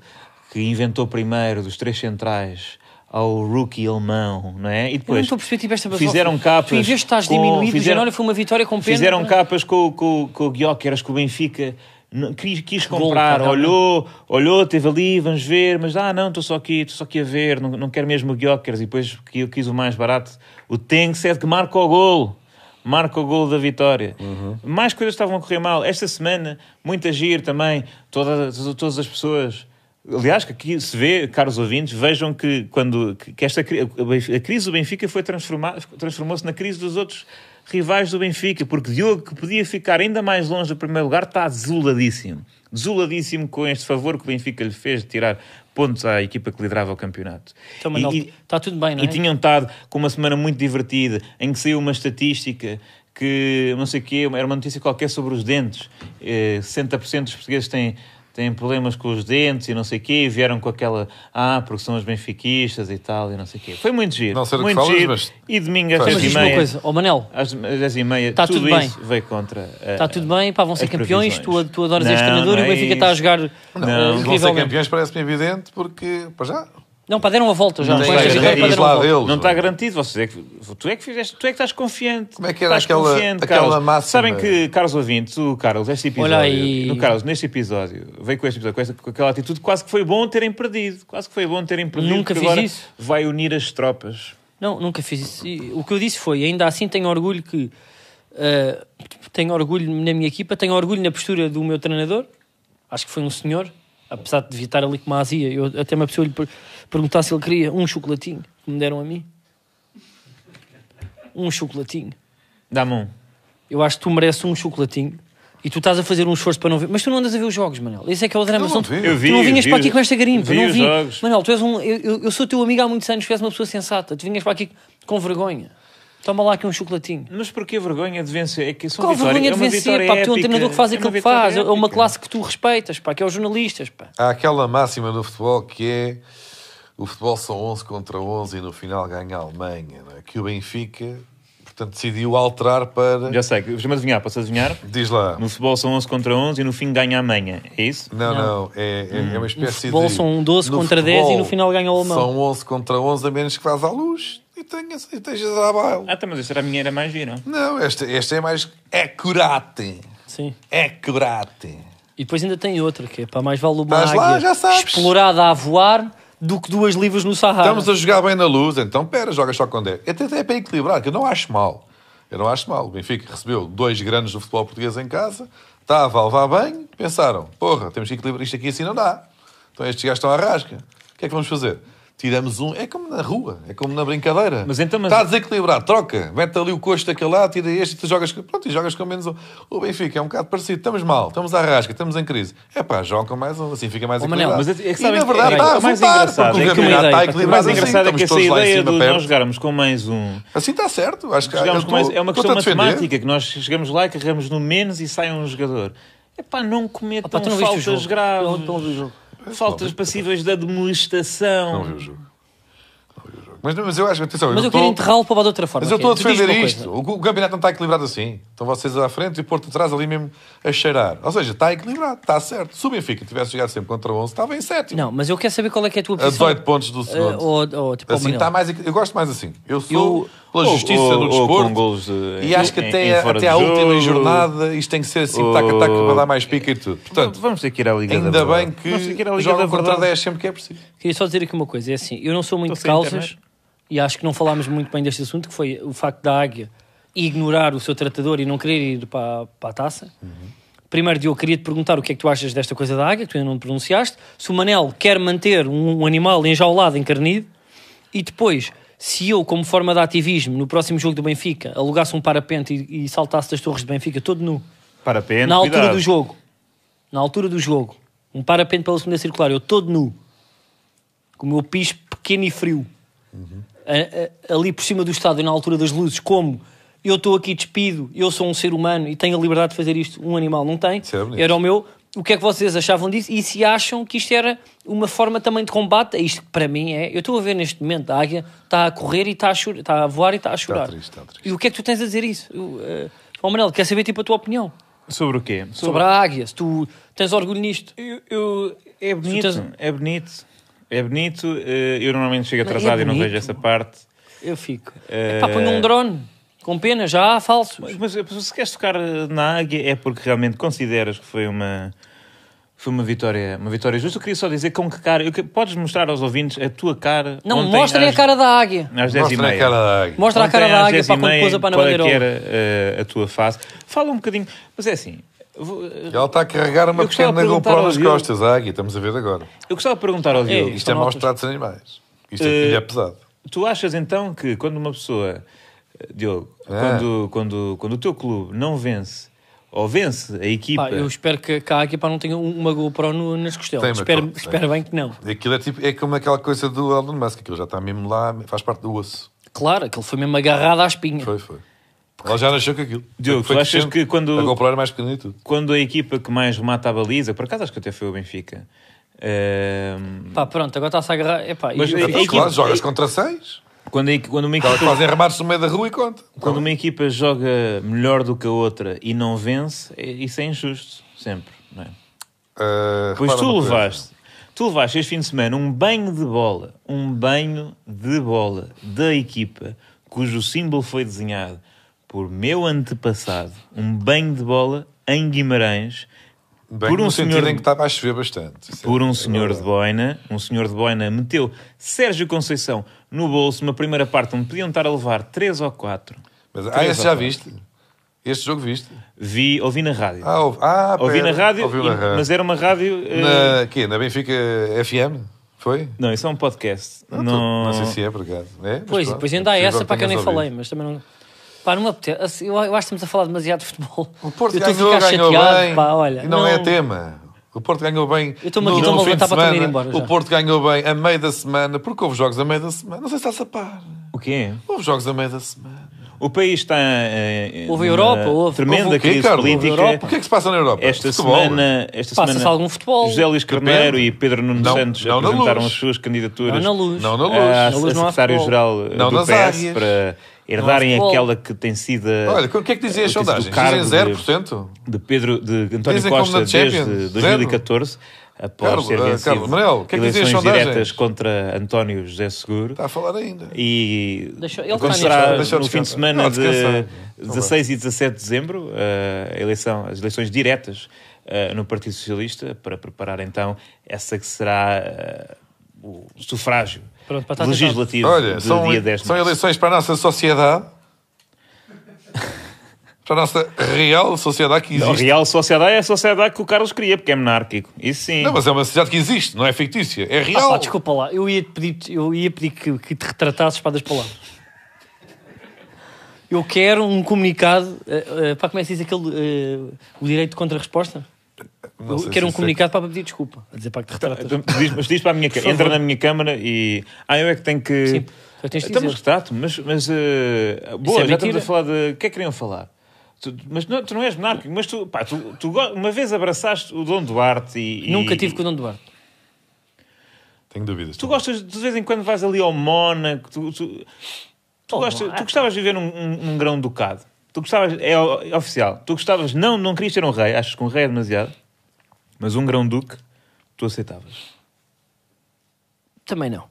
S1: que inventou primeiro dos três centrais ao rookie alemão, não é? E
S2: Eu não
S1: depois
S2: estou a perceber, tiveste a razão.
S1: fizeram capas.
S2: Tu, em vez de estás
S1: com-
S2: diminuído,
S1: fizeram-
S2: fizeram, olha, foi uma vitória com pena.
S1: Fizeram capas com, com, com o Guioqueras, com o Benfica. Não- Quis, quis
S2: Golo,
S1: comprar,
S2: caramba.
S1: olhou, olhou, teve ali, vamos ver, mas ah, não, estou só aqui, estou só aqui a ver, não, não quero mesmo o Guioqueras. E depois que eu quis o mais barato, o Tengsed que marca o gol. Marca o gol da vitória. Mais coisas estavam a correr mal. Esta semana, muito agir também, toda, todas as pessoas. Aliás, que aqui se vê, caros ouvintes, vejam que quando que que esta cri- a crise do Benfica foi transforma- transformou-se na crise dos outros rivais do Benfica, porque Diogo, que podia ficar ainda mais longe do primeiro lugar, está desoladíssimo. Desoladíssimo com este favor que o Benfica lhe fez de tirar pontos à equipa que liderava o campeonato.
S2: Então,
S1: E-
S2: Manuel,
S1: e-
S2: está tudo bem, não é?
S1: e tinham estado com uma semana muito divertida, em que saiu uma estatística que, não sei o quê, era uma notícia qualquer sobre os dentes. Eh, 60% dos portugueses têm, têm problemas com os dentes e não sei o quê, e vieram com aquela, ah, porque são os benfiquistas e tal, e não sei o quê. Foi muito giro.
S3: Não sei do que
S1: muito
S3: falas,
S1: giro.
S3: mas-
S1: E domingo às
S3: Mas
S2: Mas diz-me uma
S1: 10h30,
S2: coisa, ó Manel,
S1: às 10h30,
S2: Tá
S1: tudo,
S2: tudo bem.
S1: isso veio contra. eh,
S2: está tudo bem, pá, vão ser
S1: as
S2: campeões, tu,
S1: previsões.
S2: tu adoras
S1: Não,
S2: este treinador e
S1: não
S2: o
S1: é
S2: Benfica está a
S1: isso.
S2: jogar
S1: Não.
S2: eh,
S3: Eles vão ser
S2: incrivelmente.
S3: campeões, parece-me evidente, porque, para já,
S2: Não, pá, deram a volta já.
S1: Não
S2: Com
S1: tem
S2: esta
S1: garantias
S2: vitória, pá, deram a
S3: é lá
S2: volta.
S3: dele.
S1: Não está garantido, vocês é que, tu é que fizeste, tu é que estás confiante.
S3: Como é que era
S1: Estás
S3: aquela-
S1: confiante,
S3: aquela
S1: Carlos.
S3: máxima?
S1: Sabem que, Carlos ouvintes, o Carlos, este episódio,
S2: Olha aí.
S1: no Carlos, neste episódio, veio com este episódio, com, esta- com aquela atitude, quase que foi bom terem perdido, quase que foi bom terem perdido.
S2: Nunca
S1: porque
S2: fiz
S1: agora
S2: isso.
S1: Vai unir as tropas.
S2: Não, nunca fiz isso. E o que eu disse foi, ainda assim tenho orgulho que eh, tenho orgulho na minha equipa, tenho orgulho na postura do meu treinador. Acho que foi um senhor, apesar de devia estar ali com uma azia. Eu até uma pessoa lhe per- perguntar se ele queria um chocolatinho que me deram a mim. Um chocolatinho.
S1: Dá-me um.
S2: Eu acho que tu mereces um chocolatinho. E tu estás a fazer um esforço para não ver. Mas tu não andas a ver os jogos, Manel. Isso é que é o drama.
S3: Eu não
S2: São-
S3: vi.
S1: Eu vi,
S2: tu não vinhas
S1: vi
S2: para
S1: os-
S2: aqui com esta garimpa.
S1: vi
S2: não
S1: os
S2: vi.
S1: jogos.
S2: Manel, tu és um. Eu, eu- eu sou teu amigo há muitos anos, tu és uma pessoa sensata. Tu vinhas para aqui com vergonha. Toma lá aqui um chocolatinho.
S1: Mas porquê a vergonha de vencer? É que são
S2: Qual a
S1: vitória,
S2: vergonha de
S1: é uma
S2: vencer?
S1: vitória
S2: Pá, tu é um
S1: épica,
S2: treinador que faz
S1: é uma
S2: aquilo que
S1: vitória
S2: faz. É uma
S1: épica.
S2: classe que tu respeitas, pá, que é os jornalistas. Pá.
S3: há aquela máxima no futebol que é o futebol são 11 contra 11 e no final ganha a Alemanha, não é? que o Benfica, portanto, decidiu alterar para...
S1: Já sei, deixa-me adivinhar, posso adivinhar?
S3: Diz lá.
S1: No futebol são 11 contra 11 e no fim ganha a manha, é isso?
S3: Não, não, é, é- é uma espécie
S2: Hum. futebol
S3: de...
S2: são 12 contra 10 e no final ganha o alemão.
S3: São 11 contra 11 a menos que vás à luz e tenhas, e tenhas à baila.
S1: Ah, tá, mas esta era a minha, era mais gira.
S3: Não, esta, esta é mais... É curate.
S2: Sim.
S3: É curate.
S2: E depois ainda tem outra, que é pá, mais vale uma
S3: Estás lá,
S2: águia
S3: já sabes.
S2: explorada a voar do que duas livros no Sahara.
S3: Estamos a jogar bem na luz, então pera, joga só com 10. Até até é para equilibrar, que eu não acho mal. Eu não acho mal. O Benfica recebeu dois grandes do futebol português em casa, estava a levar bem, pensaram, porra, temos que equilibrar isto aqui assim não dá. Então estes gajos estão à rasca. O que é que vamos fazer? Tiramos um, é como na rua, é como na brincadeira.
S1: Mas então, mas-
S3: Está desequilibrado, troca, mete ali o coxo daquele lá, tira este e tu jogas, com- pronto, e jogas com menos um. O Benfica é um bocado parecido, estamos mal, estamos à rasca, estamos em crise. É pá, joga com mais um, assim fica mais
S2: Oh, Manel,
S3: equilibrado.
S1: Mas é, é que
S3: e
S1: sabem
S3: na
S1: que-
S3: verdade
S1: é que
S3: está a
S1: o mais
S3: resultar,
S1: engraçado
S3: porque o
S1: é que-
S3: campeonato está
S2: o
S1: O mais
S3: equilibrado assim,
S1: engraçado é
S3: estamos
S1: que essa
S3: todos lá em
S1: ideia de
S3: cima,
S1: nós
S3: perto.
S1: jogarmos com mais um.
S3: Assim está certo. Acho que
S1: Jogamos
S3: eu
S1: com mais,
S3: tô-
S1: é uma
S3: tô-te
S1: questão
S3: a defender.
S1: matemática que nós chegamos lá e carregamos no menos e sai um jogador. É pá, não cometam
S2: Pá, tu não viste o
S1: faltas
S2: jogo?
S1: graves,
S2: Tu não viste o jogo?
S1: faltas passíveis de
S3: Não vi o
S1: administração.
S3: jogo. Não vi o jogo. Mas, mas eu acho que atenção,
S2: Mas eu,
S3: não
S2: quero
S3: tô-
S2: enterrá-lo para de outra forma.
S3: Mas eu
S2: que
S3: estou a
S2: é, tu diz-me
S3: defender
S2: uma
S3: isto.
S2: coisa.
S3: O, o campeonato não está equilibrado assim. Estão vocês à frente e o Porto atrás ali mesmo a cheirar. Ou seja, está equilibrado, está certo. Se o Benfica tivesse jogado sempre contra 11, estava em sétimo.
S2: Não, mas eu quero saber qual é que é a tua
S3: A
S2: posição.
S3: 18 pontos
S1: é,
S3: do
S1: eh,
S3: segundo.
S1: oh,
S2: ou, tipo, ó,
S3: assim
S2: Manel.
S3: está mais equi- Eu gosto mais assim. Eu sou
S2: Eu-
S3: pela
S1: ou-
S3: justiça
S1: ou-
S3: no
S1: ou
S3: desporto.
S1: com golos de-
S3: e acho que
S1: em-
S3: até,
S1: em fora
S3: até
S1: de
S3: à última
S1: jogo.
S3: jornada isto tem que ser assim,
S1: Ou-
S3: taca-taca, para dar mais pica e tudo. Portanto,
S1: Vamos ter que ir à Liga da
S3: Ainda
S1: Verdade.
S3: bem
S1: Vamos ter que ir
S3: que
S1: à Liga
S3: jogam
S1: da
S3: contra
S1: Verdade.
S3: 10 sempre que é preciso.
S2: Queria só dizer aqui uma coisa. É assim, eu não sou muito de
S1: Estou sem
S2: causas
S1: internet.
S2: e acho que não falámos muito bem deste assunto, que foi o facto da Águia ignorar o seu tratador e não querer ir para, para a taça.
S1: Uhum.
S2: Primeiro, Diogo, queria te perguntar o que é que tu achas desta coisa da Águia, que tu ainda não pronunciaste. Se o Manel quer manter um, um animal enjaulado, encarnido, e depois, se eu, como forma de ativismo, no próximo jogo do Benfica, alugasse um parapente e, e saltasse das torres de Benfica todo nu,
S1: Parapente,
S2: na altura
S1: cuidado.
S2: do jogo, na altura do jogo, um parapente pela segunda circular, eu todo nu, com o meu piso pequeno e frio, a- a- ali por cima do estádio, na altura das luzes, como eu estou aqui despido, eu sou um ser humano e tenho a liberdade de fazer isto, um animal não tem,
S3: Isso é bonito.
S2: era o meu. O que é que vocês achavam disso? E se acham que isto era uma forma também de combate? Isto que para mim é. Eu estou a ver neste momento a águia está a correr e está a, chorar, está a voar e está a chorar.
S3: triste, está triste.
S2: E o que é que tu tens a dizer isso? Eu, eh, Ó Manel, quer saber tipo a tua opinião?
S1: Sobre o quê?
S2: sobre a águia, se tu tens orgulho nisto.
S1: Eu, eu- é bonito,
S2: tens-
S1: é bonito. É bonito. eh, Eu normalmente chego
S2: Não, é
S1: atrasado e não
S2: bonito.
S1: vejo essa parte.
S2: Eu fico.
S1: Eh,
S2: É... Pá, põe um drone com pena, já há falsos.
S1: Mas mas se queres tocar eh, na águia é porque realmente consideras que foi uma. Foi uma vitória, uma vitória justa. Eu queria só dizer com que cara. Eu, que- podes mostrar aos ouvintes a tua cara.
S2: Não,
S1: ontem
S2: mostrem
S1: às-
S2: a cara da águia.
S1: Às 10 e
S3: Mostra a
S1: meia.
S3: cara da águia.
S2: Mostra a cara
S1: Ontem,
S2: da
S1: às
S2: águia
S1: 10
S2: para
S1: e
S2: quando
S1: meia,
S2: pousa para na
S1: qual é que
S2: bandeirola.
S1: era eh, a tua face. Fala um bocadinho. Mas é assim. vou- eh,
S3: Ela está a carregar uma
S1: Eu gostava
S3: pequena
S1: de perguntar
S3: GoPro nas
S1: ao Diogo.
S3: costas, a águia, estamos a ver agora.
S1: Eu gostava de perguntar ao Diogo.
S3: Isto é
S2: são
S3: maus
S2: notas.
S3: tratos de animais. Isto
S1: Eh,
S3: aqui é pesado.
S1: Tu achas então que quando uma pessoa, eh, Diogo,
S3: Ah.
S1: quando, quando, quando o teu clube não vence ou vence a equipa,
S2: Pá, eu espero que, que a águia pá, não tenha um- uma GoPro no, nas costelas.
S3: Tem, mas
S2: espero,
S3: pronto,
S2: espero bem que não.
S3: Aquilo é, tipo, é como aquela coisa do Elon Musk, aquilo já está mesmo lá, faz parte do osso.
S2: Claro, aquele foi mesmo agarrado à espinha.
S3: Foi, foi. Ela já nasceu com aquilo.
S1: Diogo,
S3: Foi
S1: tu achas
S3: crescendo.
S1: que quando-
S3: A GoPro era mais pequenina e tudo.
S1: Quando a equipa que mais remata a baliza, por acaso acho que até foi o Benfica. ehm,
S2: Pá, pronto, agora está-se a agarrar. Epá,
S1: Mas
S2: e-
S1: a-
S2: e-
S1: a
S3: Então,
S1: equipa-
S3: claro, jogas contra seis.
S1: quando, a equi- quando uma
S3: Elas
S1: equipa
S3: fazem remates no meio da rua e conta.
S1: Quando uma equipa joga melhor do que a outra e não vence, é- isso é injusto, sempre. Não é?
S3: Ah,
S1: Pois
S3: repara
S1: tu
S3: uma coisa.
S1: levaste, tu levaste este fim de semana um banho de bola, um banho de bola da equipa cujo símbolo foi desenhado por meu antepassado, um banho de bola em Guimarães,
S3: Bem,
S1: por um
S3: no
S1: senhor-
S3: sentido em que estava a chover bastante. Isso é-
S1: por um
S3: é
S1: senhor de
S3: verdade.
S1: boina. Um senhor de boina meteu Sérgio Conceição no bolso, uma primeira parte onde podiam estar a levar 3 ou 4.
S3: Mas, ah,
S1: Três
S3: esse
S1: ou
S3: já
S1: quatro.
S3: viste? Este jogo viste?
S1: Vi, ouvi na rádio.
S3: Ah, ouve- ah,
S1: Ouvi
S3: pera,
S1: na rádio,
S3: ouviu na
S1: e-
S3: rádio.
S1: mas era uma rádio. eh,
S3: Na, quê? Na Benfica FM? Foi?
S1: Não, isso é um podcast.
S3: Não,
S1: não...
S3: não sei se é, por acaso. É, mas
S2: Pois, e
S3: pronto,
S2: depois ainda há
S3: é possível
S2: essa para que eu nem
S3: tenhas
S2: falei,
S3: ouvido.
S2: mas também não. Pá, não me apetece. Assim, Eu, eu acho que estamos a falar demasiado de futebol.
S3: O Porto
S2: eu estou a
S3: ganhou,
S2: ficar
S3: ganhou
S2: chateado,
S3: bem.
S2: pá, olha.
S3: e não, é tema. O Porto ganhou bem.
S2: Eu estou-me aqui,
S3: no-
S2: estou-me
S3: no
S2: a
S3: fim de
S2: levantar para
S3: semana.
S2: também ir embora já.
S3: O Porto ganhou bem a meio da semana, porque houve jogos a meio da semana. Não sei se está a par.
S1: O quê?
S3: Houve jogos a meio da semana.
S1: O país está. eh, eh, numa
S2: Houve Europa, houve-
S1: Tremenda
S3: Houve o quê,
S1: crise
S3: Carlos?
S1: política.
S2: Houve
S3: O que é que se passa na Europa?
S1: Esta
S3: Futebol.
S1: semana. Esta
S2: Passa-se
S1: semana,
S2: algum futebol.
S1: José Luís Carneiro
S3: Depende.
S1: e Pedro Nuno
S3: Não-
S1: Santos
S3: não na
S1: apresentaram
S3: luz.
S1: as suas candidaturas.
S2: Não na luz.
S3: Não, na luz.
S1: à- à
S2: Na luz não há
S1: secretário-geral eh,
S3: Não
S1: do
S3: nas
S1: PS
S3: áreas.
S1: para
S2: Não há
S1: herdarem
S2: futebol.
S1: aquela que tem sido. a-
S3: Olha, o que é que dizem as
S1: tem sido o
S3: sondagens?
S1: cargo de-
S3: Dizem 0%?
S1: de Pedro de António
S3: Dizem como
S1: Costa
S3: na
S1: desde
S3: Champions,
S1: 2014 após
S3: Carlos,
S1: ter
S3: eh,
S1: vencido
S3: Carlos Manel, o que é que dizem as
S1: eleições
S3: sondagens?
S1: diretas contra António José Seguro
S3: Está a falar ainda.
S1: e
S2: Deixa- ele está
S1: acontecerá
S2: nisso.
S3: Deixa eu
S1: no fim de
S3: descansar.
S1: semana
S3: Não,
S1: de
S3: descansa. Tá
S1: 16 e 17 de dezembro eh, a eleição, as eleições diretas eh, no Partido Socialista para preparar então essa que será eh, o sufrágio
S2: Pronto, para estar
S1: legislativo
S3: Olha,
S1: do
S3: são,
S1: dia 10 de
S3: são
S1: março.
S3: eleições para a nossa sociedade. Para a nossa real sociedade que
S1: A
S3: existe.
S1: Real Sociedade é a sociedade que o Carlos queria, porque é monárquico. Isso sim.
S3: Não, mas é uma sociedade que existe, não é fictícia. É
S2: Ah,
S3: real.
S2: pá, desculpa lá, eu ia pedir, eu ia pedir que, que te retratasses para das palavras. Eu quero um comunicado. eh, eh, pá, como é que se diz aquele. eh, o direito de contra-resposta?
S3: Não
S2: Eu
S3: sei se
S2: quero um
S3: isso é-
S2: comunicado para pedir desculpa. A dizer para que te retratas.
S1: Então, Diz, mas diz para a minha câmara, entra na minha câmara e. Ah, eu é que tenho que.
S2: Sim, só tens de
S1: Então, mas
S2: dizer.
S1: retrato, mas. mas eh, boa, já estamos
S2: mentira.
S1: a falar de. O que é que queriam falar? Tu- mas não, tu não és monárquico, mas tu, pá, tu, tu go- uma vez abraçaste o Dom Duarte e.
S2: Nunca
S1: e-
S2: tive com o Dom Duarte.
S3: Tenho dúvidas.
S1: Tu gostas, de vez em quando vais ali ao Mónaco, tu, tu, tu,
S2: Oh,
S1: gostas-
S2: ah.
S1: tu gostavas de viver num, um, um grão ducado. Tu gostavas, é, o- é oficial, tu gostavas, não, não querias ser um rei, achas que um rei é demasiado, mas um grão duque tu aceitavas.
S2: Também não.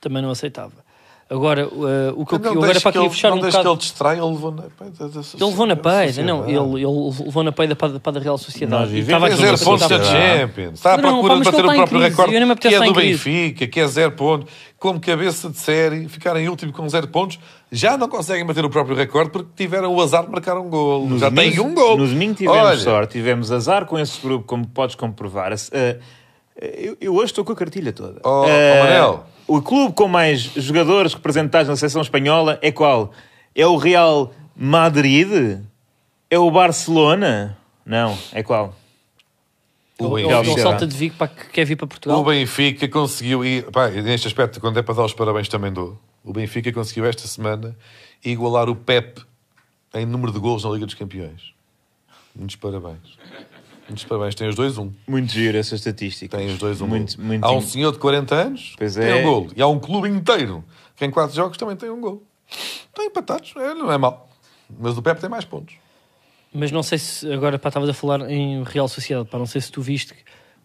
S2: Também não aceitava. Agora, eh, o que eu,
S3: Não
S2: eu agora
S3: deixes
S2: para aqui
S3: Então, que ele-
S2: fechar
S3: não
S2: um
S3: deixes
S2: bocado.
S3: que ele distraia, ele levou na peida. da
S2: Ele levou na
S3: sociedade.
S2: peida, não, ele, ele levou na peida para, para a Real
S1: é Nós
S2: Sociedade. E
S1: vivemos
S2: estava
S1: em
S3: Quer
S2: aqui
S1: zero
S2: uma
S3: zero pontos da
S2: pergunta-
S3: Champions. Está à
S2: Não, pá,
S3: procura
S2: mas
S3: de bater o
S2: ele está em
S3: próprio
S2: crise.
S3: recorde.
S2: Eu nem me
S3: Que
S2: apetece
S3: é
S2: estar em
S3: do
S2: crise.
S3: Benfica, que é zero pontos. Como cabeça de série, ficar em último com zero pontos, já não conseguem bater o próprio recorde porque tiveram o azar de marcar um gol.
S1: No
S3: já
S1: domingo-
S3: têm um gol.
S1: No domingo tivemos
S3: Olha,
S1: sorte, tivemos azar com esse grupo, como podes comprovar. Esse, eh, eu, eu hoje estou com a cartilha toda.
S3: Oh,
S1: Eh,
S3: oh, Manel.
S1: o clube com mais jogadores representados na seleção espanhola é qual? É o Real Madrid? É o Barcelona? Não, é qual?
S3: O
S2: Ele,
S1: Real
S2: ele
S1: Sociedade.
S3: Benfica,
S2: salta de Vigo para que quer vir para Portugal.
S3: o Benfica conseguiu ir. Pá, neste aspecto, quando é para dar os parabéns, também dou. O Benfica conseguiu esta semana igualar o Pep em número de gols na Liga dos Campeões. Muitos parabéns. Muitos parabéns. Tem os dois, um.
S1: Muito giro essa estatística.
S3: Tem os dois um
S1: muito,
S3: golo.
S1: muito
S3: há um senhor de 40 anos
S1: Pois
S3: tem
S1: é.
S3: um golo. E há um clube inteiro que em 4 jogos também tem um golo. Estão empatados, é, não é mal. Mas o Pepe tem mais pontos.
S2: Mas não sei se agora pá, estavas a falar em Real Sociedade, pá, não sei se tu viste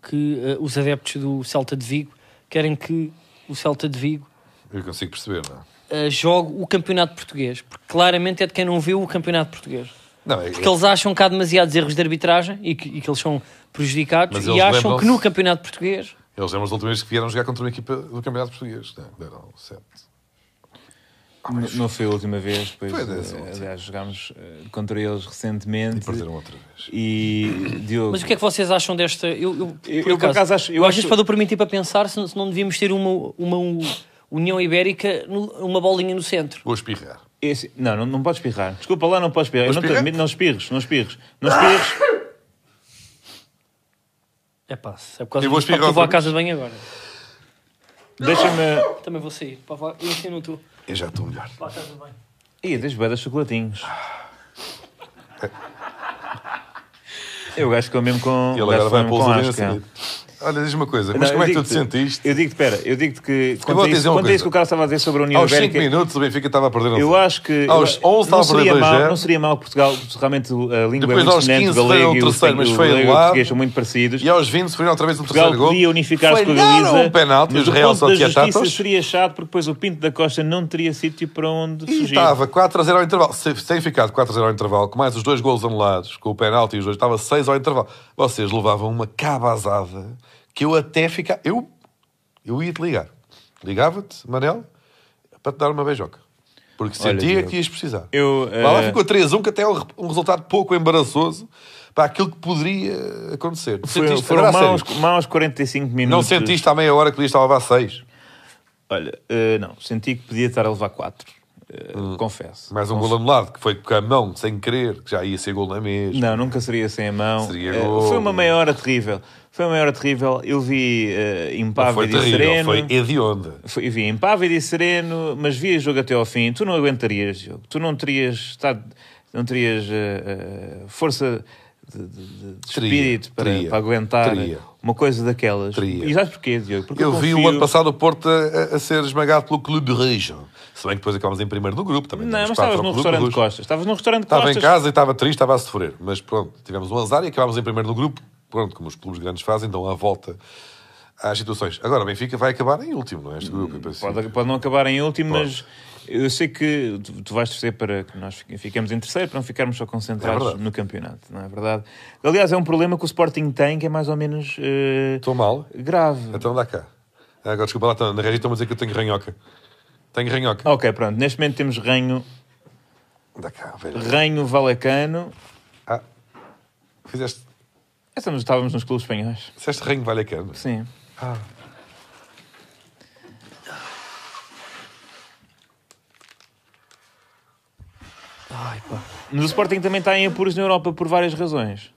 S2: que eh, os adeptos do Celta de Vigo querem que o Celta de Vigo
S3: Eu consigo perceber, não é?
S2: eh, jogue o campeonato português, porque claramente é de quem não viu o campeonato português.
S3: Não, é,
S2: Porque eles acham que há demasiados erros de arbitragem e que, e que eles são prejudicados
S3: Mas
S2: e
S3: eles
S2: acham que
S3: lembram-se-
S2: no campeonato português
S3: é, eles lembram-se da última vez que vieram jogar contra uma equipa do Campeonato Português. Não, deram 7.
S1: Não- Não foi a última vez, pois.
S3: Foi dessa
S1: eh,
S3: última.
S1: aliás, jogámos eh, contra eles
S3: é, E
S1: recentemente.
S3: perderam outra vez.
S1: E Diogo.
S2: Mas o que é que vocês acham desta? Eu, eu, por
S1: Eu, por acaso, acho- eu
S2: às
S1: acho-
S2: vezes, quando eu permiti para pensar se, se não devíamos ter uma, uma u- União Ibérica, no- uma bolinha no centro.
S3: Vou espirrar.
S1: Esse- não, não, não podes espirrar. Desculpa lá, não podes espirrar. Eu
S3: Vou
S1: não, te
S3: espirrar?
S1: admito, não espirres, não espirres. Não espirres.
S2: É pá, se é por causa
S3: Eu vou
S2: disso, pá, que
S3: espirrar
S2: eu vou à
S3: outra
S2: casa de banho agora.
S1: Deixa-me.
S2: Também vou sair. Pá, vá, eu ensino tu.
S3: Eu já estou melhor.
S2: Vá à casa de banho.
S1: Ih, tens bué de chocolatinhos. Eu gajo que eu mesmo com.
S3: E
S1: gajo
S3: ele agora vai
S1: um com
S3: para o
S1: asca.
S3: a seguir. Olha, diz-me uma coisa, assim. mas
S1: Não,
S3: como é que tu
S1: eu
S3: te
S1: digo-te-
S3: sentiste?
S1: Eu digo-te, espera, eu digo-te que.
S3: vou
S1: Quanto a
S3: te dizer
S1: isso,
S3: uma
S1: quanto a
S3: coisa.
S1: isso que o Carlos estava a dizer sobre a União
S3: Aos 5
S1: Ibérica.
S3: minutos o Benfica estava a perder um
S1: Eu
S3: zero.
S1: acho que.
S3: Aos
S1: eu-
S3: 11
S1: não
S3: estava a
S1: seria,
S3: perder
S1: mal,
S3: 2-0.
S1: não seria mal Portugal, porque realmente a língua
S3: Depois,
S1: é muito
S3: aos
S1: semelhante, o
S3: 15 foi
S1: galego
S3: um
S1: e o
S3: terceiro, mas
S1: espanhol- o
S3: foi
S1: galego e o
S3: anulado.
S1: português são muito parecidos.
S3: E aos 20 foi outra vez o
S1: Portugal
S3: terceiro gol.
S1: podia unificar-se com a
S3: Falharam
S1: Galiza.
S3: um penalti,
S1: mas
S3: os
S1: o
S3: Real
S1: ponto da
S3: Sociedad.
S1: justiça seria chato, porque depois o Pinto da Costa não teria sítio para onde
S3: E
S1: fugir.
S3: estava 4 a 0 ao intervalo. Se, sem ficar de 4 a 0 ao intervalo, com mais os dois golos anulados, com o penalti e os dois, estava 6 ao intervalo. Vocês levavam uma cabazada que eu até ficava. Eu, eu ia te ligar. Ligava-te, Manel, para te dar uma beijoca. Porque
S1: Olha,
S3: sentia
S1: Diogo,
S3: que ias precisar.
S1: eu,
S3: Lá, lá
S1: eh,
S3: ficou 3 a 1, que até é um, re- um resultado pouco embaraçoso para aquilo que poderia acontecer.
S1: Foi-
S3: Sentiste-
S1: foram
S3: agora, a
S1: maus,
S3: sério,
S1: maus 45 minutos.
S3: Não sentiste à meia hora que o dia estava a levar 6.
S1: Olha, eh, não, senti que podia estar a levar 4. Confesso.
S3: Mais um gol anulado, que foi com a mão, sem querer, que já ia ser gol na mesma.
S1: Não, nunca seria sem a mão.
S3: Seria
S1: Eh,
S3: gol.
S1: foi uma meia hora terrível. Foi uma meia hora terrível. Eu vi eh,
S3: Não
S1: impávido
S3: foi
S1: e
S3: terrível,
S1: sereno.
S3: foi hedionda.
S1: Foi, vi impávido e sereno, mas via jogo até ao fim. Tu não aguentarias, Diogo. Tu não terias estado, não terias eh, eh, força de, de- de- de
S3: Teria,
S1: espírito para,
S3: teria,
S1: para aguentar
S3: teria.
S1: uma coisa daquelas.
S3: Teria.
S1: E sabes porquê, Diogo? Porque
S3: Eu vi o
S1: confio-
S3: ano passado o Porto a, a- a ser esmagado pelo Clube Rouge. Se bem que depois acabámos em primeiro do grupo também.
S1: Não,
S3: demos
S1: mas
S3: quatro
S1: estavas
S3: ao
S1: num
S3: Clube
S1: restaurante
S3: Rouge.
S1: Costas. Estavas num restaurante
S3: Estava
S1: Costas.
S3: em casa e estava triste, estava a sofrer. Mas pronto, tivemos um azar e acabámos em primeiro do grupo. Pronto, como os clubes grandes fazem, dão a volta às situações. Agora, o Benfica vai acabar em último, não é? Este grupo, em princípio.
S1: Pode, pode não acabar em último,
S3: Pode.
S1: mas eu sei que tu, tu vais torcer para que nós fique- fiquemos em terceiro, para não ficarmos só
S3: É
S1: concentrados
S3: verdade.
S1: no campeonato, não é verdade? Aliás, é um problema que o Sporting tem que é mais ou menos eh,
S3: Estou mal?
S1: grave.
S3: Então dá cá. Ah, Agora, desculpa lá, estão- na rede estão a dizer que eu tenho ranhoca. Tenho ranhoca.
S1: Ok, pronto. Neste momento temos Ranho,
S3: Dá cá, velho.
S1: Ranho Valecano. É,
S3: Ah, fizeste,
S1: Estamos, estávamos nos clubes espanhóis.
S3: fizeste ranho Ah. vale a cana.
S1: Sim.
S2: Ai, pá.
S1: Mas o Sporting também está em apuros na Europa por várias razões.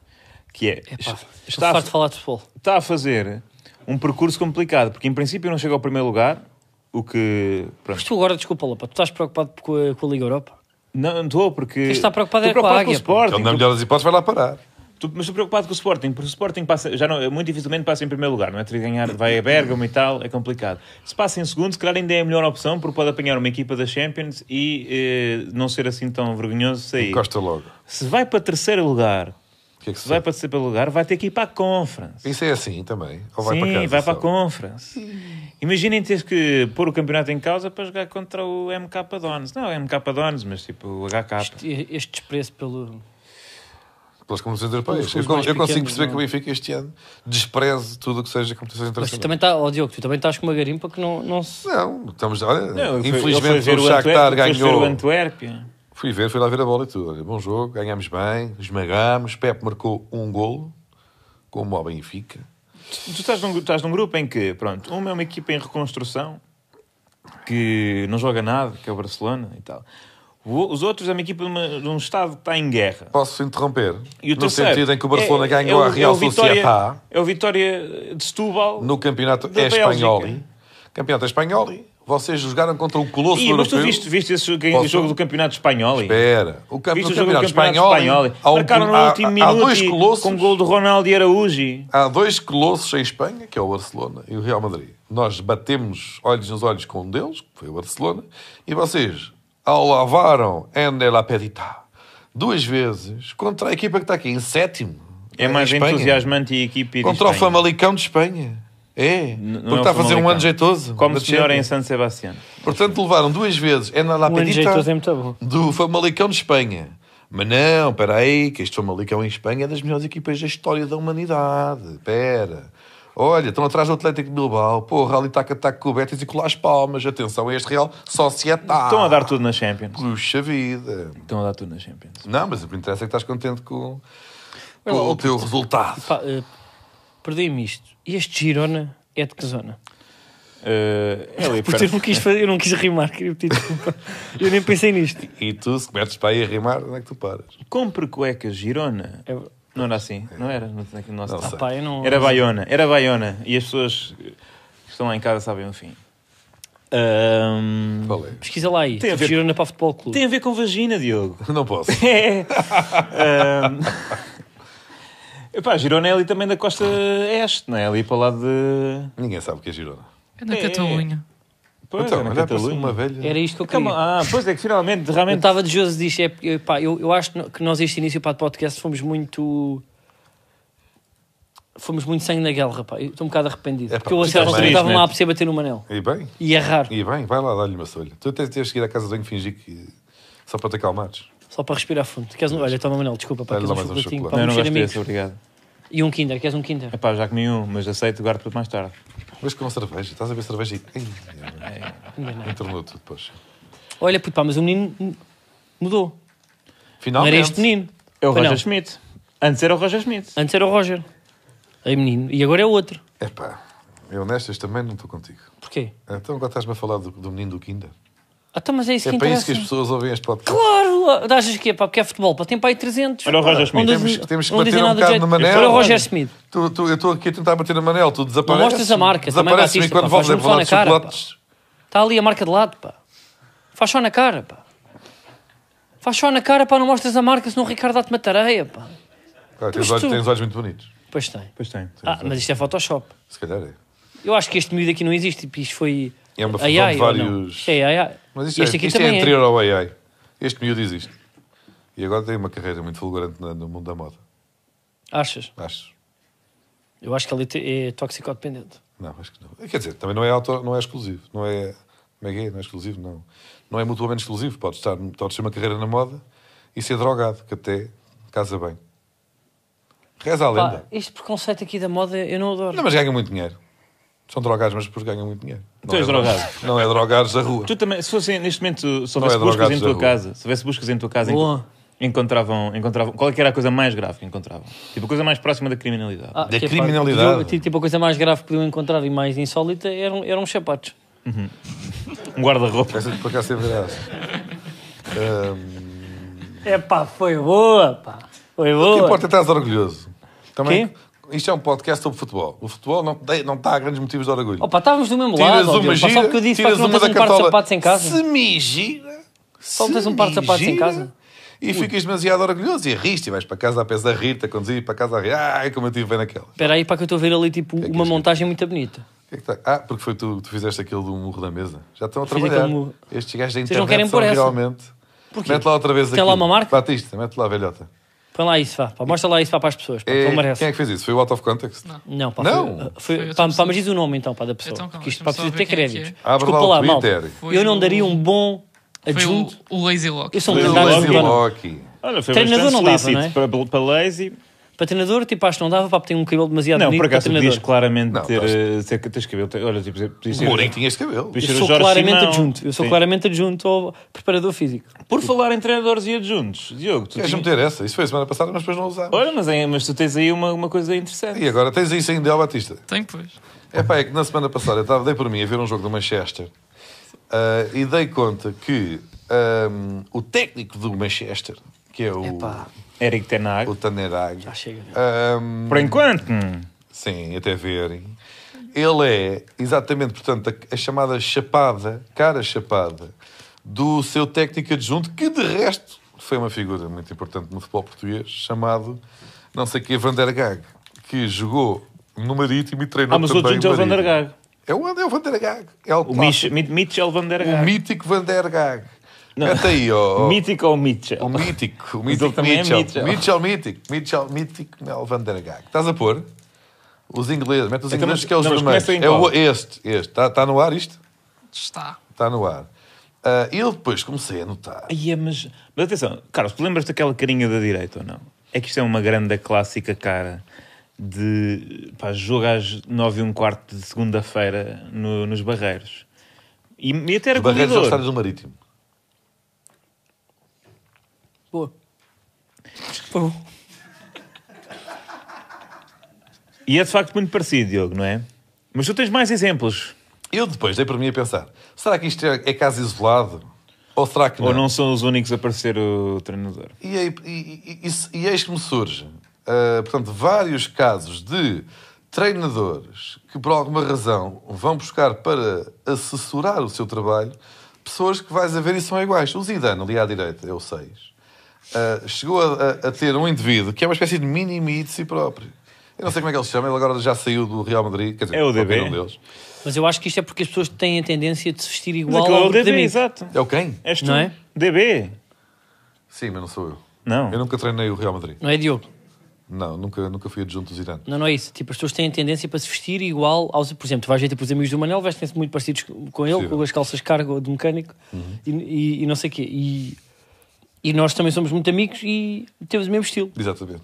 S1: Que é,
S2: Pá, Estou
S1: está, a,
S2: farto de falar de futebol.
S1: está a fazer um percurso complicado, porque em princípio não chega ao primeiro lugar, o que... Pronto.
S2: Mas tu agora, desculpa, Lapa, tu estás preocupado com a, com a Liga Europa?
S1: Não não estou, porque...
S2: está preocupado
S1: Estou
S2: é com a
S1: preocupado
S2: Águia,
S1: o
S2: pá.
S3: Então, na
S1: Sporting.
S3: melhor das hipóteses, vai lá parar.
S1: Tu- mas estou preocupado com o Sporting, porque o Sporting passa, já não, muito dificilmente passa em primeiro lugar, não é? Teria de ganhar, vai a Bergamo e tal, é complicado. Se passa em segundo, se calhar ainda é a melhor opção, porque pode apanhar uma equipa da Champions e eh, não ser assim tão vergonhoso sair.
S3: Encosta logo.
S1: Se vai para terceiro lugar,
S3: O que é que
S1: se
S3: se
S1: vai para terceiro lugar, vai ter que ir para a Conference.
S3: Isso é assim também. Ou vai
S1: Sim,
S3: para casa,
S1: vai para a
S3: só?
S1: Conference. Imaginem teres que pôr o campeonato em causa para jogar contra o MK Dons. Não, é MK Dons, mas tipo o HK.
S2: Este, este desprezo pelo.
S3: Pelas competições europeias.
S2: Os
S3: Eu,
S2: clubes
S3: con-
S2: mais
S3: eu consigo
S2: pequenos,
S3: perceber
S2: não é?
S3: que o Benfica este ano despreze tudo o que seja competições
S2: Mas tu
S3: internacionais.
S2: também estás, ó Diogo, tu também estás com uma garimpa que não, não se.
S3: Não, estamos. Olha,
S1: Não, ele foi- ele foi
S3: infelizmente
S1: ver
S3: o Shakhtar
S1: Antuérpia- foi ver o
S3: ganhou.
S1: Antuérpia.
S3: Fui ver, fui lá ver a bola e tudo. Olha, bom jogo, ganhámos bem, esmagámos. Pepe marcou um golo, como ao Benfica.
S1: Tu estás num, estás num grupo em que, pronto, uma é uma equipa em reconstrução que não joga nada, que é o Barcelona e tal. O- Os outros é uma equipa de, uma- de um estado que está em guerra.
S3: Posso interromper?
S1: E o
S3: no
S1: terceiro
S3: sentido em que o
S1: é-
S3: Barcelona
S1: é
S3: ganhou
S1: o-
S3: a Real
S1: é o Vitória-
S3: Sociedad Ah.
S1: É o Vitória de Setúbal.
S3: no campeonato
S1: da Bélgica.
S3: espanhol. Campeonato espanhol, vocês jogaram contra o Colosso
S1: Ih, mas tu
S3: Europeu.
S1: viste, viste esse jogo,
S3: Posso?
S1: jogo do campeonato espanhol? hein?
S3: Espera, o campe-
S1: Viste
S3: no
S1: o jogo do
S3: campeonato,
S1: campeonato espanhol?
S3: espanhol, há, um-
S1: Marcaram no
S3: há-
S1: último
S3: há- há
S1: minuto
S3: dois
S1: e-
S3: colossos,
S1: com o gol do Ronaldo e Araújo. É e-
S3: há dois colossos em Espanha, que é o Barcelona e o Real Madrid. Nós batemos olhos nos olhos com um deles, que foi o Barcelona, e vocês alavaram en el apetita duas vezes contra a equipa que está aqui em sétimo.
S1: É
S3: em
S1: mais
S3: Espanha.
S1: entusiasmante e a equipe de
S3: Contra o
S1: Espanha.
S3: Famalicão de Espanha. É,
S1: Não
S3: porque
S1: é o
S3: está a fazer um
S1: Famalicão.
S3: ano jeitoso.
S1: Como
S3: na
S1: se melhor em
S3: Champions.
S1: San Sebastián.
S3: Portanto, levaram duas vezes en el
S2: Um ano de jeito
S3: apetita
S2: é muito bom.
S3: do Famalicão de Espanha. Mas não, espera aí, que este Famalicão em Espanha é das melhores equipas da história da humanidade. Pera. Olha, estão atrás do Atlético de Bilbao. Porra, ali taca taca com o Betis e com as palmas. Atenção a este Real Sociedade.
S1: Estão a dar tudo na Champions.
S3: Puxa vida.
S1: Ah. Estão a dar tudo na Champions.
S3: Não, mas o que interessa é que estás contente com, com
S2: Olha lá,
S3: o teu resultado.
S2: Pá, eh, perdi-me isto. E este Girona é de que zona?
S1: Eh, é ali
S2: Porque eu
S1: perto.
S2: não quis, fazer, eu não quis rimar, queria pedir desculpa. Eu nem pensei nisto.
S3: E tu, se cometes para aí a rimar, onde é que tu paras?
S1: Compre cuecas Girona.
S2: É-
S1: Não era assim, não era? No, no nosso
S3: Não
S1: tempo.
S3: sei.
S2: Pá, eu não-
S1: Era Baiona, era Baiona. E as pessoas que estão lá em casa sabem o fim. Ah, Ahm,
S3: Qual é?
S2: Pesquisa lá aí.
S1: Tem a ver-
S2: Girona para o Futebol Clube.
S1: tem a ver com vagina, Diogo.
S3: Não posso.
S1: É. Ahm, Epá, Girona é ali também da costa este, não é? Ali para lá de.
S3: Ninguém sabe o que é Girona.
S4: É na
S1: É.
S4: Catalunha.
S1: Pois,
S3: então,
S1: é na
S3: olha, parece
S1: Catalunha.
S3: uma velha.
S2: Era isto que eu queria.
S1: Calma, Ah, pois é que finalmente,
S2: Eu
S1: realmente.
S2: estava de Jose diz, é, é, pá, eu, eu acho que no- que nós este início para o podcast fomos muito. Fomos muito sangue na guerra, pá. Eu estou um bocado arrependido.
S3: É pá,
S2: porque eu
S3: tu
S2: achava
S1: estás
S2: que
S1: triste,
S2: estava
S1: né?
S2: lá a perceber bater no Manel.
S3: E bem,
S2: E errar,
S3: e bem, vai lá, dá-lhe uma solha. Tu até tens que ir à casa do banho fingir que. Só para te acalmares.
S2: só para respirar fundo. Queres um... Olha, toma Manel, desculpa, pá,
S3: Dá-lhe
S2: queres
S3: lá
S2: um
S3: mais um
S2: chocolatinho
S3: chocolate.
S1: Não,
S2: para
S1: eu não
S2: mexer
S1: gosto desse,
S2: amigos.
S1: obrigado.
S2: E um Kinder, queres um Kinder?
S1: Epá, já comi um, mas aceito, guardo para mais tarde.
S3: Mas com cerveja, estás a ver cerveja e. Ai, Entornou tudo, poxa.
S2: Olha, puto, pá, mas o menino m- mudou. Não
S3: Finalmente.
S2: era este menino.
S1: É o
S2: Pois
S1: Roger
S2: não.
S1: Schmidt. Antes era o Roger Schmidt.
S2: Antes era o Roger. Aí menino. E agora é outro.
S3: Epá, eu nestas também não estou contigo.
S2: Porquê?
S3: Então agora estás-me a falar do, do menino do Kinder.
S2: Ah, então, mas é isso
S3: É
S2: que
S3: para
S2: interessa.
S3: isso que as pessoas ouvem este podcast.
S2: Claro! Achas que é pá? Porque é futebol, pá. Tem pá aí Um 300.
S1: Olha o Roger Schmidt.
S2: Não
S3: Temos-
S2: dizem-
S3: temos que
S2: não
S3: bater
S2: dizem
S3: um
S2: nada de
S3: bocado
S2: jeito.
S3: na Manel.
S2: Olha o Roger Smith.
S3: Tu, tu- eu estou aqui a tentar bater na Manel, tu desapareces.
S2: mostras a marca, também,
S3: Desapareces
S2: Batista,
S3: enquanto
S2: pá,
S3: voltas a
S2: faz-me
S3: falar de
S2: só na cara,
S3: chocolates.
S2: Está ali a marca de lado, pá. Faz só na cara, pá. Faz só na cara, pá. Não mostras a marca, senão o Ricardo dá-te uma tareia, pá.
S3: Ah, tens,
S2: Mas
S3: olhos,
S2: tu-
S3: tens olhos muito bonitos.
S2: Pois tem.
S1: Pois tem.
S2: Ah, mas isto é Photoshop.
S3: Se calhar é.
S2: Eu acho que este miúdo aqui não existe. tipo, Isto foi.
S3: É uma fusão de
S2: AI, ou não?
S3: vários-
S2: Isto É AI.
S3: Mas isto, é,
S2: este aqui
S3: isto é
S2: também
S3: anterior ao AI. Este miúdo existe. E agora tem uma carreira muito fulgurante na- no mundo da moda.
S2: Achas?
S3: Acho.
S2: Eu acho que ele te- é toxicodependente.
S3: Não, acho que não. Quer dizer, também não é, autor, não é exclusivo. Não é. Como é que é? Não é exclusivo, não. Não é mutuamente exclusivo. Podes, estar, podes ter uma carreira na moda e ser drogado, que até casa bem. Reza a
S2: Pá,
S3: lenda.
S2: este preconceito aqui da moda eu não adoro.
S3: Não, mas ganham muito dinheiro. São drogados, mas depois ganham muito dinheiro. Não
S1: Tu és
S3: é
S1: drogado.
S3: Não é drogados da rua.
S1: Tu também, se fosse neste momento, se
S3: Não é
S1: houvesse buscas
S3: drogados
S1: em
S3: da
S1: tua
S3: rua.
S1: casa, se houvesse buscas em tua casa,
S2: Boa.
S1: encontravam, encontravam. Qual é que era a coisa mais grave que encontravam? Tipo, a coisa mais próxima da criminalidade.
S2: Ah,
S3: Da
S2: que é, pá,
S3: criminalidade.
S2: podiam- ti- tipo, a coisa mais grave que podiam encontrar e mais insólita eram, eram os sapatos.
S1: Um guarda-roupa.
S3: Essa por acaso é sempre era essa. Ahm,
S2: É pá, foi boa, pá. Foi
S3: Que
S2: boa.
S3: importa é estás orgulhoso. Também,
S2: Quê?
S3: isto é um podcast sobre futebol. O futebol não, te- não está a grandes motivos de orgulho.
S2: Opa, estávamos do mesmo lado. ó, Diogo, pá, Só porque eu disse pá, que não tens um par de sapatos em casa.
S3: Se me gira...
S2: Só
S3: se
S2: tens um par de
S3: me
S2: sapatos em
S3: gira,
S2: casa.
S3: E ficas demasiado orgulhoso e riste e vais para casa a pés a rir-te, a conduzir para casa a rir. Ai, como eu tive bem naquela.
S2: Espera aí, pá, que eu estou a ver ali tipo
S3: É que
S2: uma
S3: és?
S2: montagem muito bonita.
S3: O que é que tá- Ah, porque foi tu que tu fizeste aquilo do murro da mesa. Já estão a
S2: Fiz aquele
S3: trabalhar.
S2: murro.
S3: Estes gajos da internet
S2: não querem
S3: são
S2: pôr essa?
S3: realmente...
S2: Porquê?
S3: Mete lá outra vez
S2: Tem lá
S3: aquilo.
S2: uma marca?
S3: Batista, mete lá, velhota.
S2: Põe lá isso, vá. pá, Mostra lá isso pá, para as pessoas, pá, que
S3: É,
S2: não Então merece.
S3: quem é que fez isso? Foi o Out of Context?
S2: Não, pá,
S3: Não.
S2: foi- ah, foi-
S4: Foi outra
S2: pá, pá,
S4: pessoa.
S2: mas diz o nome então, pá, da pessoa.
S4: Então, calma,
S2: porque isto pá,
S4: deixa-me
S2: precisa
S4: só
S2: ter
S4: ver quem é que
S2: créditos.
S3: é. Abre
S2: Desculpa
S3: lá o
S2: lá, malta.
S3: Twitter.
S4: Foi
S2: Eu não
S4: o-
S2: daria um bom
S4: Foi o,
S2: adjunto.
S4: o Lazy Lock.
S2: Eu sou um
S1: Foi o
S2: grande
S1: Lazy
S2: adjunto.
S3: Loki.
S1: Olha, foi
S2: Treinador
S1: bastante
S2: não dava,
S1: solícito
S2: não é?
S1: para, para lazy.
S2: Para treinador, tipo, acho que não dava, pá, porque tem um cabelo demasiado
S1: Não,
S2: bonito
S1: por
S2: para
S1: acaso tu
S2: treinador.
S1: podias claramente
S3: Não,
S1: ter,
S3: estás-
S1: eh, ter, teres cabelo. Ter, olha, tipo, podias
S3: O
S1: ser-
S3: Mourinho tinha este cabelo.
S1: podias
S2: Eu
S1: ser o
S2: sou
S1: Jorge
S2: claramente
S1: Simão.
S2: adjunto. Eu sou
S1: Sim.
S2: claramente adjunto ao preparador físico.
S1: Por falar em treinadores e adjuntos, Diogo, tu
S3: Queres
S1: tinhas-
S3: meter essa? Isso foi a semana passada, mas depois não usámos.
S1: Olha, mas, é- mas tu tens aí uma, uma coisa interessante.
S3: E agora tens isso ainda, ó Batista.
S4: Tenho, pois.
S3: É pá, é que na semana passada eu estava, dei por mim a ver um jogo do Manchester ah, e dei conta que ahm, o técnico do Manchester, que é o,
S2: Epá.
S1: Eric Tenag.
S3: o Tanerag,
S2: Ah, chega. meu.
S3: ahm,
S1: Por enquanto. hum.
S3: sim, até verem, ele é exatamente, portanto, a, a chamada chapada, cara chapada, do seu técnico adjunto, que de resto foi uma figura muito importante no futebol português, chamado, não sei o quê, Van der Gaag, que jogou no Marítimo e treinou
S1: Ah, mas o
S3: também
S1: adjunto é o Van der
S3: Marítimo.
S1: Gaag.
S3: É o, é o Van der Gaag. É o,
S1: O
S3: clássico.
S1: Mich- Mi- Mitchell Van der
S3: O
S1: Gaag.
S3: mítico Van der Gaag. Mete aí, ó.
S1: Mítico ou Mitchell?
S3: Oh. O mítico, o
S1: Mas ele
S3: mítico
S1: também é
S3: Mitchell.
S1: Mitchell.
S3: Mitchell mítico. Mitchell mítico, Mel Van der Gaag. Estás a pôr? Os ingleses, mete os
S1: Então,
S3: ingleses
S1: mas-
S3: que é os
S1: não, mas
S3: vermelhos.
S1: começa em
S3: É o,
S1: qual?
S3: este, este. Está tá no ar isto?
S4: Está.
S3: Está no ar. Ah, E eu depois comecei a notar.
S1: Ai, é, mas... mas atenção, Carlos, tu lembras daquela carinha da direita ou não? É que isto é uma grande clássica cara de pá, jogo às 9 e um quarto de segunda-feira no- nos Barreiros. E, e até era
S3: Os barreiros é o estádio
S1: goleador.
S3: do Marítimo.
S2: Boa. Boa.
S1: E é de facto muito parecido, Diogo, não é? Mas tu tens mais exemplos.
S3: Eu depois dei para mim a pensar. Será que isto é, é caso isolado? Ou será que não?
S1: Ou não são os únicos a aparecer o treinador?
S3: E, aí- e, e, e, e eis que me surge, ah, portanto, vários casos de treinadores que, por alguma razão, vão buscar para assessorar o seu trabalho pessoas que vais a ver e são iguais. O Zidane, ali à direita, é eu sei, uh, chegou a, a- a ter um indivíduo que é uma espécie de mini-me de si próprio. Eu não sei como é que ele se chama, ele agora já saiu do Real Madrid. Quer dizer,
S1: É o DB.
S3: qualquer um deles.
S2: Mas eu acho que isto é porque as pessoas têm a tendência de se vestir
S1: Mas
S2: igual
S1: aquilo é
S2: ao
S1: o
S2: grupo de
S1: DB,
S2: amigos.
S1: exato.
S3: É o quem?
S1: És tu.
S2: Não é?
S1: DB.
S3: Sim, mas não sou eu.
S1: Não.
S3: Eu nunca treinei o Real Madrid.
S2: Não é, Diogo?
S3: Não, nunca, nunca fui adjunto do Zidane.
S2: Não, não é isso. Tipo, as pessoas têm a tendência para se vestir igual aos... Por exemplo, tu vais ver tipo, os amigos do Manel, vestem-se muito parecidos com ele,
S3: Sim.
S2: com as calças cargo de mecânico e, e- e não sei o quê. E, e nós também somos muito amigos e temos o mesmo estilo.
S3: Exatamente.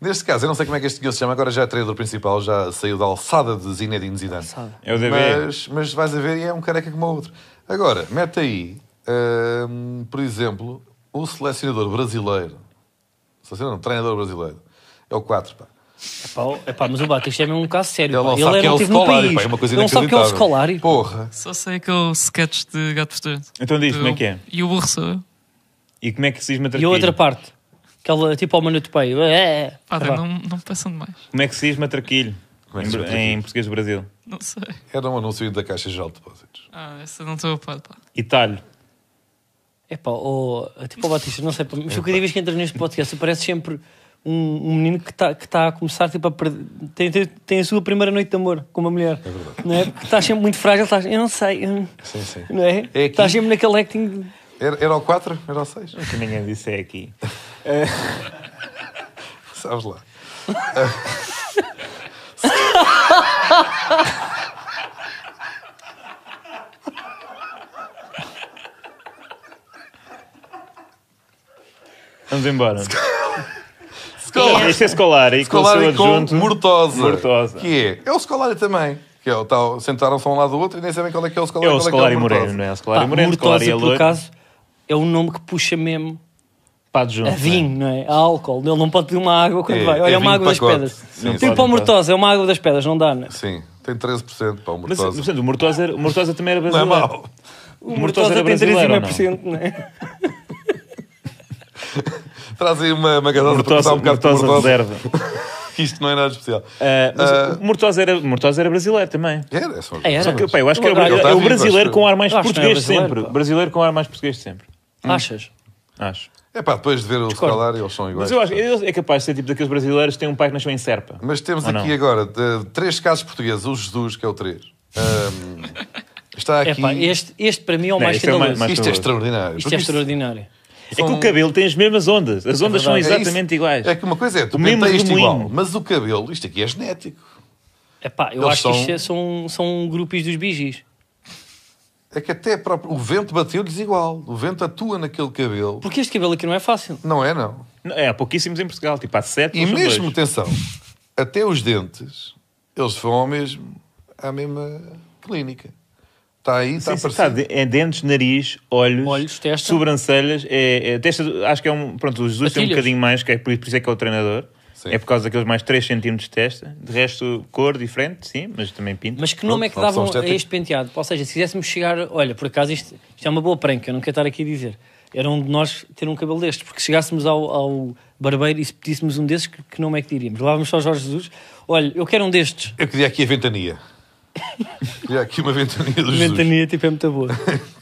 S3: Neste caso, eu não sei como é que este senhor se chama, agora já é treinador principal, já saiu da alçada de Zinedine Zidane.
S2: Alçada.
S1: É o DB.
S3: Mas, mas vais a ver e é um careca como o outro. Agora, mete aí, hum, por exemplo, um selecionador brasileiro. Selecionador, não, treinador brasileiro. É o 4, pá.
S2: Pá, ó, epá, mas o Batista é mesmo um caso sério.
S3: Ele
S2: pá.
S3: não sabe
S2: é-
S3: quem é
S2: não
S3: o
S2: teve no
S3: Scolari,
S2: país.
S3: pá. É uma coisa
S2: Ele não sabe quem é o
S3: inacreditável.
S2: Scolari.
S3: Porra.
S4: Só sei aquele sketch de gato fedorento.
S1: Então diz,
S4: Do-
S1: como é que é?
S4: E o burro sou eu.
S1: E como é que se diz
S2: E
S1: matraquilho?
S2: a outra parte. Aquela tipo ao Manu Tupeio. É, é.
S4: Pá,
S2: Tá
S4: não,
S2: bem.
S4: não me peçam demais.
S1: Como é que se diz matraquilho?
S3: Como é que
S1: em,
S3: se diz
S1: br-
S3: matraquilho?
S1: em português do Brasil.
S4: Não sei.
S3: Era um anúncio da Caixa Geral de Depósitos.
S4: Ah, essa não estou a par, pá.
S1: E talho.
S2: Epá, ó, tipo o Batista, não sei, pá, mas eu cada vez que entro neste podcast parece sempre um, um menino que está que tá a começar tipo, a perder, tem, tem, tem a sua primeira noite de amor com uma mulher. É
S3: verdade.
S2: Não é? Porque estás sempre muito frágil, estás, eu não sei, eu-
S3: Sim, sim.
S2: não
S3: É
S2: é?
S3: aqui.
S2: Estás sempre naquele acting. de-
S3: Era, era o 4? Era o 6?
S1: Que ninguém disse é aqui.
S3: Sabes lá.
S2: é
S1: Vamos embora.
S3: Scolari.
S1: Este é Scolari, e com o seu
S3: Scolari com
S1: adjunto.
S3: Mortosa.
S1: Mortosa.
S3: Que é? É o Scolari também. Que é o tal, sentaram-se um lado do outro e nem sabem qual é que é o Scolari.
S1: É o
S3: qual
S1: Scolari
S3: é que é o Mortosa.
S1: Moreno, não é? O Scolari
S2: Pá,
S1: Moreno,
S2: Mortosa,
S1: Scolari é
S2: por
S1: loiro.
S2: acaso, é um nome que puxa mesmo
S1: Pá de junto.
S2: a vinho, não é? A álcool. Ele não pode pedir uma água quando
S3: É,
S2: vai. Olha,
S3: é
S2: é uma
S3: vinho
S2: água das
S3: pacote.
S2: pedras.
S3: Sim,
S2: tipo
S1: pode,
S2: para o
S1: pode.
S2: Mortosa, é uma água das pedras, não dá, não é?
S3: Sim, tem 13% para o
S1: Mas,
S3: Mortosa.
S1: portanto, o Mortosa, era- o Mortosa também era
S3: Não é
S1: brasileiro.
S3: mau.
S2: O
S1: Mortosa
S2: Mortosa
S1: era
S2: tem
S1: brasileiro ou não?
S2: 3,5%, não é?
S3: Traz aí uma, uma gasosa para
S1: Mortosa,
S3: passar um bocado
S1: Mortosa,
S3: de Mortosa.
S1: reserva.
S3: Que isto não é nada especial.
S1: Ah, mas o Mortosa era, o Mortosa era brasileiro também.
S3: Era, é só uma
S2: É, era.
S1: Só que, pá, eu acho que
S2: Ele
S1: era,
S3: tá
S1: é
S3: vivo,
S1: o
S3: acho
S1: brasileiro
S3: que-
S1: com ar mais
S2: Acho que não é
S1: português
S2: brasileiro,
S1: sempre.
S2: pá.
S1: Brasileiro com ar mais português sempre.
S2: Achas?
S1: Acho.
S3: É pá, depois de ver o Scolari, eles são iguais.
S1: Mas eu acho ele é capaz de ser tipo daqueles brasileiros que têm um pai que nasceu em Serpa.
S3: Mas temos
S1: Ou
S3: aqui
S1: não?
S3: agora de- três casos portugueses. O Jesus, que é o 3. está aqui.
S2: Epá, este, este para mim é o
S1: Não,
S2: mais
S1: este é o
S2: escandaloso.
S1: mais-
S3: Isto é
S1: Mas-
S3: extraordinário.
S2: Isto
S3: porque
S2: é extraordinário.
S1: É que o cabelo tem as mesmas ondas. As ondas são
S2: verdade.
S3: é isso.
S1: exatamente iguais.
S3: É que uma coisa é, tu
S1: O mesmo
S3: pentas isto igual,
S1: remoinho.
S3: mas o cabelo, isto aqui é genético.
S2: Epá, eu
S3: Eles
S2: acho que isto
S3: são-
S2: é- são, são grupos dos bijis.
S3: É que até próprio, o vento bateu-lhes igual. O vento atua naquele cabelo.
S2: Porque este cabelo aqui não é fácil.
S3: Não é, não.
S1: Não, É, há pouquíssimos em Portugal. Tipo, há sete
S3: E
S1: ou são
S3: mesmo,
S1: dois.
S3: atenção, até os dentes, eles vão ao mesmo, à mesma clínica. Está aí, está
S1: Sim, sim,
S3: parecido.
S1: está, de- é dentes, nariz, olhos,
S2: Olhos, testa.
S1: sobrancelhas. É, é- testa, acho que é um. Pronto, o Jesus tem um
S2: Patilhas.
S1: bocadinho mais, que é por, por isso é que é o treinador.
S3: Sim.
S1: É por causa daqueles mais 3 cm de testa. De resto, cor diferente, sim, mas também pinta.
S2: Mas que nome é que
S3: Pronto, opção
S2: davam a
S3: estética.
S2: este penteado? Ou seja, se quiséssemos chegar. Olha, por acaso isto, isto é uma boa pranca, eu não quero estar aqui a dizer. Era um de nós ter um cabelo deste, porque chegássemos ao, ao barbeiro e se pedíssemos um desses, que, que nome é que diríamos? Levávamos só Jorge Jesus. Olha, eu quero um destes.
S3: Eu queria aqui a ventania. queria aqui uma ventania do Jesus.
S2: Ventania, tipo, é muito boa.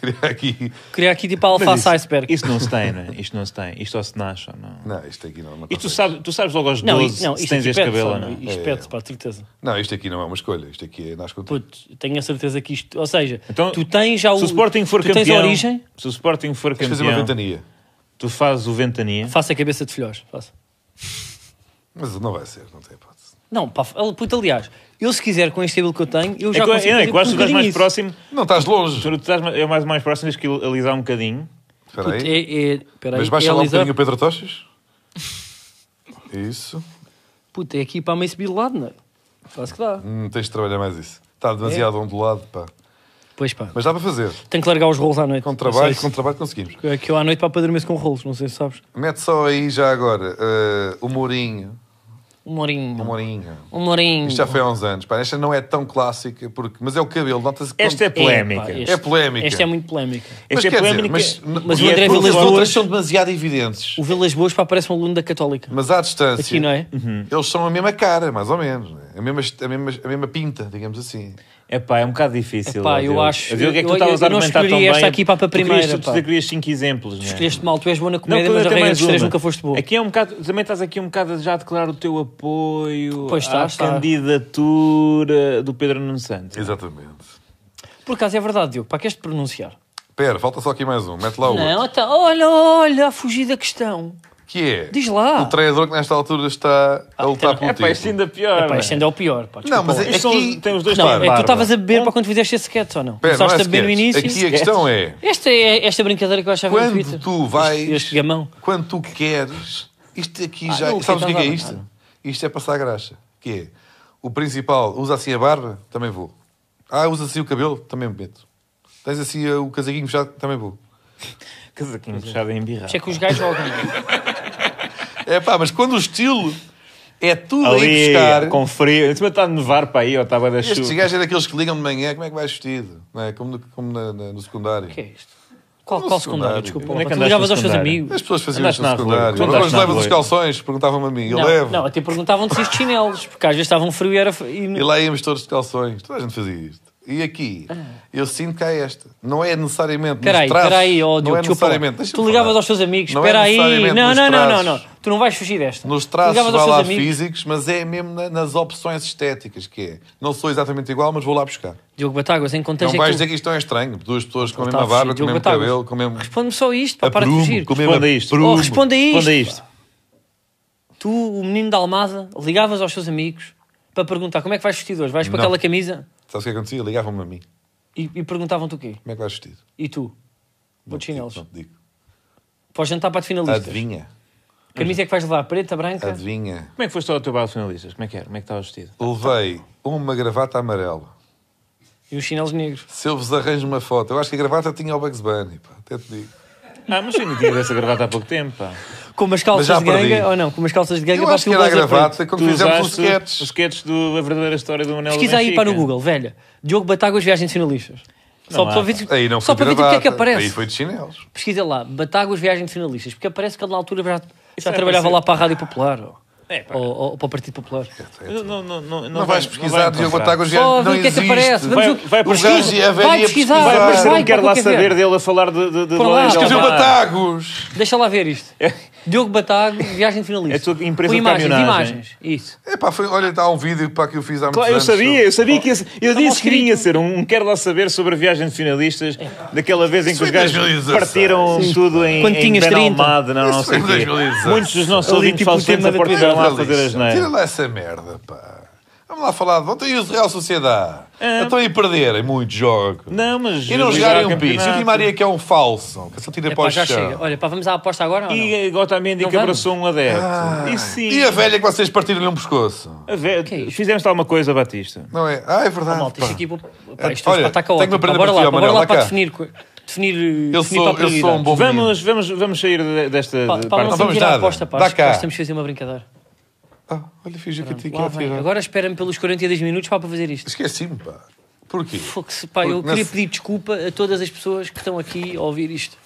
S3: Queria aqui...
S2: Queria aqui tipo a
S1: Mas
S2: alface
S1: isso,
S2: iceberg.
S1: Isso não se tem, não é? Isto não se tem. Isto só se nasce ou não.
S3: Não, isto aqui não, é não
S1: Isto tu
S3: consegue.
S1: sabes, tu sabes logo aos 12
S2: não, isto, não,
S1: se
S2: isto
S3: é
S1: tens
S2: aqui
S1: este
S3: tipo
S2: pede,
S1: cabelo
S2: só,
S1: ou não. É,
S2: Isto pede, pá, de certeza.
S3: Não, isto aqui não é uma escolha. Isto aqui é nas contas.
S2: Puto, tenho a certeza que isto. Ou seja,
S1: Então,
S2: tu tens
S3: é
S2: já o.
S1: Se o Sporting for
S2: tu
S1: campeão.
S2: tens a origem,
S1: Se o Sporting for
S3: Tens de fazer uma
S1: campeão,
S3: ventania.
S1: tu fazes o Ventania.
S2: faça a cabeça de filhós. Faça.
S3: Mas não vai ser, não tem hipótese.
S2: Não, pá, ele- puto, aliás, eu se quiser com este cabelo que eu tenho, eu
S1: é
S2: já
S1: que, eu-
S2: consigo.
S1: não, é
S2: fazer
S1: que eu acho que tu
S2: um
S1: estás mais
S2: bocadinho isso.
S1: próximo.
S3: Não estás longe.
S1: Tu estás ma- é mais, mais próximo, tens que alisar um bocadinho.
S3: Espera
S2: Puto,
S3: aí.
S2: é, é, peraí,
S3: Mas baixa
S2: é
S3: lá um
S2: alisar-
S3: bocadinho o Pedro Tochas. Isso.
S2: Puto, é aqui para meio subir de lado, não é? Quase que dá.
S3: Hum, tens de trabalhar mais isso. Está demasiado
S2: É.
S3: ondulado, pá.
S2: Pois pá,
S3: Mas dá para fazer.
S2: tenho que largar os rolos à noite.
S3: Com
S2: Não
S3: trabalho,
S2: sei
S3: com trabalho conseguimos.
S2: se- é Que eu à noite para dormir-se com rolos, não sei se sabes.
S3: Mete só aí já agora eh, o Mourinho.
S2: Um Mourinho.
S3: Um Mourinho.
S2: Um Mourinho.
S3: Isto já foi há uns anos. Pá, esta não é tão clássica, porque... mas é o cabelo. Nota-se que
S1: Esta é
S2: Epá,
S1: polémica.
S2: este-
S3: É polémica.
S2: Esta é muito polémica.
S3: Mas
S1: Esta é
S3: quer dizer,
S1: polémica.
S3: mas- mas
S1: e
S2: o
S1: é
S2: André
S1: por
S2: Vilas
S3: As
S1: volta-
S2: Boas-
S3: outras são demasiado evidentes.
S2: O Vilas Boas pá, parece um aluno da Católica.
S3: Mas à distância,
S2: Aqui, não é?
S3: eles são a mesma cara, mais ou menos. né? A mesma, a mesma, a mesma pinta, digamos assim.
S1: Epá, é um bocado difícil.
S2: Epá,
S1: ó,
S2: eu
S1: Diogo.
S2: acho-
S1: Ó, Diogo, é que
S2: eu-
S1: tu estavas a
S2: eu não
S1: argumentar tão
S2: escolheria
S1: bem.
S2: esta aqui para a
S1: Tu querias-
S2: primeira,
S1: Tu
S2: pá.
S1: escolhias 5 exemplos, né?
S2: Escolheste mal, tu és boa na
S1: Não,
S2: comédia,
S1: eu
S2: mas a
S1: tenho
S2: regra
S1: mais
S2: dos três
S1: uma.
S2: nunca foste boa.
S1: Aqui é um bocado, também estás aqui um bocado já a declarar o teu apoio
S2: Pois está,
S1: à
S2: está.
S1: candidatura do Pedro Nuno Santos.
S3: Exatamente.
S2: Por acaso é verdade, Diogo, para que és de pronunciar?
S3: Pera, falta só aqui mais um. Mete lá o outro.
S2: Não, então, olha, olha, a fugir da questão.
S3: Que é
S2: Diz lá.
S3: o treinador que nesta altura está
S2: Ah,
S3: a lutar pelo
S1: É pá, isto
S3: título.
S1: ainda pior.
S2: Pá,
S1: né?
S2: isto ainda é o pior. Pá,
S3: Não,
S2: desculpa
S3: mas
S2: lá.
S3: aqui...
S1: Isto são- temos dois
S2: Não,
S1: Claro.
S2: é que tu
S1: Bárbara.
S2: estavas a beber para quando fizeste esse sketch ou não?
S3: Pera, não é
S2: Começaste a beber no
S3: sketch. Aqui
S2: início.
S3: a questão é,
S2: Esta é esta brincadeira que eu achava no
S3: quando
S2: Twitter.
S3: tu vais...
S2: Este, este gamão.
S3: Quando tu queres... Isto aqui
S2: Ah,
S3: já...
S2: não, o
S3: Sabes o que é que é
S2: Ricardo
S3: isto?
S2: Alvaro.
S3: Isto é passar graxa. Que é, o principal usa assim a barba, também vou. Ah, usa assim o cabelo, também me meto. Tens assim eh, o casaquinho fechado, também vou.
S1: Casaquinho fechado um em birra.
S2: Isto é que os gajos jogam.
S3: É pá, mas quando o estilo é tudo a ir
S1: Ali,
S3: buscar.
S1: com frio. Em cima está a nevar para aí, ou estava da
S3: Estes
S1: chuva.
S3: gajos é daqueles que ligam de manhã, como é que vais vestido? Não é? Como, no, como na- na- no secundário.
S2: O que é isto? Qual,
S3: No
S2: qual
S3: secundário.
S2: secundário? Desculpa.
S1: Onde é que
S2: lá, pá, tu
S1: andaste
S2: ligavas
S1: no
S2: aos teus
S1: secundário?
S2: amigos.
S3: As pessoas faziam isto
S1: Andaste
S3: no
S1: na rua,
S3: secundário.
S1: tu
S3: Agora
S1: andaste
S3: os
S1: na
S3: levas
S1: rua.
S3: os calções, perguntavam-me a mim. Eu
S2: não,
S3: levo.
S2: não, até perguntavam-te se isto chinelos, porque às vezes estavam frio e era. fr- E...
S3: E lá íamos todos de calções. Toda a gente fazia isto. E aqui,
S2: Ah.
S3: eu sinto que há esta. Não é necessariamente. nos
S2: Peraí,
S3: traços,
S2: peraí, ó
S3: Não
S2: Diogo,
S3: é
S2: desculpa lá.
S3: necessariamente. Deixa-me
S2: Tu ligavas
S3: falar.
S2: aos teus amigos,
S3: Não é
S2: espera aí.
S3: necessariamente
S2: Não,
S3: nos
S2: não, não, não,
S3: traços.
S2: não. Tu não vais fugir desta.
S3: Nos
S2: Ligavas
S3: traços,
S2: aos
S3: vá
S2: teus
S3: lá,
S2: amigos.
S3: físicos, mas é mesmo na- nas opções estéticas que é. Não sou exatamente igual, mas vou lá buscar.
S2: Diogo Batáguas, em
S3: Não
S2: contexto.
S3: vais
S2: é que tu-
S3: dizer que isto é estranho. Duas pessoas com a
S2: Ele tá
S3: mesma barba,
S2: fugir,
S3: com o
S2: Diogo
S3: mesmo
S2: Batáguas.
S3: cabelo, com o mesmo.
S2: Responde-me só isto, pá,
S3: A é
S2: para de
S3: prumo,
S2: fugir.
S3: com o mesmo
S1: Responda isto.
S3: prumo.
S2: Oh, responde a isto.
S1: Responda isto.
S2: Tu, o menino da Almada, ligavas aos teus amigos para perguntar como é que vais vestido hoje? Vais com
S3: Não.
S2: aquela camisa?
S3: Sabes o que acontecia? Ligavam-me a mim.
S2: E, e perguntavam-te o quê?
S3: Como é que vais vestido?
S2: E tu? Vou de chinelos.
S3: Não te digo.
S2: Para o jantar para de finalistas.
S3: Adivinha.
S2: Camisa é que vais levar? Preta, branca?
S3: Adivinha.
S1: Como é que foste ao teu bar de finalistas? Como é que era? Como é que estava vestido?
S3: Levei uma gravata amarela.
S2: E os chinelos negros?
S3: Se eu vos arranjo uma foto, eu acho que a gravata tinha o Bugs Bunny. Pá. Até te digo.
S1: Ah, mas eu não tinha essa gravata há pouco tempo, pá.
S2: Com umas
S3: Mas
S2: calças
S3: já
S2: de ganga?
S3: perdi.
S2: Ou não? Com umas calças de ganga
S3: Eu
S2: para
S3: acho que
S2: É o
S3: era a
S2: blazer
S3: gravata
S2: preto.
S3: quando fizemos um
S1: usaste
S3: sketch.
S1: os sketches do A Verdadeira História do Manel
S2: Pesquisa
S1: da
S2: aí
S1: Benfica.
S2: para no Google, velha. Diogo Batáguas, viagens finalistas. Só
S1: Não há,
S2: para
S1: pá.
S2: ver,
S3: Aí não
S2: só
S3: foi
S2: para ver o que
S3: gravata.
S2: é que aparece.
S3: Aí foi de chinelos.
S2: Pesquisa lá, Batáguas Viagem de Finalistas, porque aparece que ele na altura já, já
S1: é
S2: trabalhava
S1: parecido.
S2: lá para a Rádio Popular ou,
S1: É, pá.
S2: ou- ou para o Partido Popular.
S1: Não, não, não, não,
S3: Não, vais
S1: vai-
S3: pesquisar,
S1: vai
S3: Diogo
S1: encontrar.
S3: Batáguas já
S2: Só
S3: não
S2: ver o que é que
S3: existe.
S2: aparece.
S1: Vai-
S2: Vamos,
S1: vai
S3: O gajo e a velha
S2: Vai
S3: ia
S2: pesquisar,
S1: Vai
S2: Vai,
S1: aparecer
S2: vai,
S1: um quero
S2: para
S1: lá
S2: qualquer
S1: saber
S2: ver.
S1: dele a falar de... de, de
S2: Para lá.
S1: Lorenzo
S2: Escreveu
S3: Escreveu
S1: Almar.
S3: Batagos!
S2: Deixa lá ver isto. Diogo Batáguas Viagem de Finalistas.
S1: É a tua empresa
S2: Com
S1: de
S2: imagens,
S1: caminhonagem.
S2: imagens. Isso.
S3: É pá, foi, olha, está um vídeo pá, que eu fiz há muitos
S1: Claro, eu
S3: anos.
S1: sabia, eu sabia que ia, eu
S2: mal
S1: disse que vinha
S2: escrito.
S1: ser um, um quero lá saber sobre a viagem de finalistas, daquela vez em que
S3: Isso
S1: os
S3: foi em
S1: gajos
S3: 2016.
S1: partiram tudo em,
S2: Quando
S1: em
S2: tinhas
S1: Ben
S2: 30.
S1: Almada, não, não
S3: Isso foi
S1: sei
S3: em
S1: o quê.
S3: 2016.
S1: Muitos dos nossos
S2: Ali,
S1: ouvintes
S2: tipo, o
S1: falcentes
S2: tema
S1: a
S2: da
S1: partiram lá a
S3: Tira
S1: fazer as
S3: lá, Tira
S1: neiras.
S3: lá essa merda, pá. Vamos lá falar de ontem e os Real Sociedade. Então,
S1: É.
S3: Estão aí a perderem muitos jogos.
S1: Não, mas
S3: E não
S1: ligar
S3: jogarem
S1: ao
S3: um piso. E o Di
S1: campeonato.
S3: Maria que é um falso. Que só tira
S2: É
S3: para
S2: pá,
S3: o
S2: já
S3: chão.
S2: chega. Olha, pá, vamos à aposta agora ou não?
S1: E Gotamendi
S2: Não
S1: que
S2: vamos.
S1: abraçou um adepto.
S3: Ah.
S1: Isso sim.
S3: E a velha que vocês partiram-lhe um pescoço.
S1: A ver,
S2: Que é isto?
S1: fizemos alguma coisa, Batista.
S3: Não é? Ah, é verdade.
S2: Malta,
S3: pá.
S2: isto aqui... Pá, pá, isto é
S3: Olha,
S2: hoje pá, está
S3: tenho que
S2: caótico.
S3: aprender
S2: Pá, Bora
S3: para ti,
S2: lá, pá, bora
S3: Amarelo,
S2: lá
S3: cá.
S2: para definir... co- Definir,
S3: Eu
S2: definir
S3: sou-
S2: para a
S3: eu sou um
S2: prioridade.
S3: bom menino.
S1: Vamos, vamos, vamos sair de- desta
S2: Pá,
S1: de- parte.
S2: pá, não
S3: vamos
S2: vamos tirar a
S3: nada.
S2: aposta, pá.
S3: Dá
S2: Acho que
S3: cá.
S2: nós temos que fazer uma brincadeira.
S3: Ah, olha, fingi que eu tinha que
S2: Lá vem.
S3: atirar.
S2: Agora espera-me pelos 42 minutos pá, para fazer isto.
S3: Esqueci-me, pá. Porquê?
S2: Fogo-se, pá, eu
S3: Porque
S2: queria
S3: nesse-
S2: pedir desculpa a todas as pessoas que estão aqui a ouvir isto.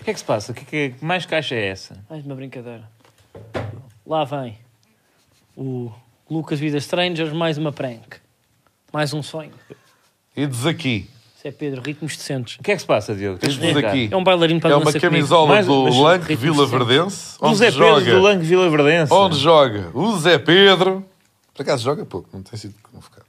S1: O que é que se passa? Que, que- que mais caixa é essa?
S2: Mais uma brincadeira. Lá vem o Lucas Vida Strangers, mais uma prank. Mais um sonho.
S3: E diz aqui.
S2: Isso é Pedro, ritmos decentes.
S1: O que é que se passa, Diogo? Tens de
S3: Diz
S1: explicar.
S3: aqui.
S2: É um bailarino para
S3: É
S2: dança
S3: uma
S2: comigo. um,
S3: camisola
S1: Mais- um-
S3: do
S1: mas-
S3: Lanque
S2: ritmo
S3: Vila Verdense.
S1: Do
S3: onde
S1: Zé Pedro
S3: joga-
S1: do Lange Vila Verdense.
S3: Onde joga o Zé Pedro. Por acaso joga pouco, não tem sido convocado.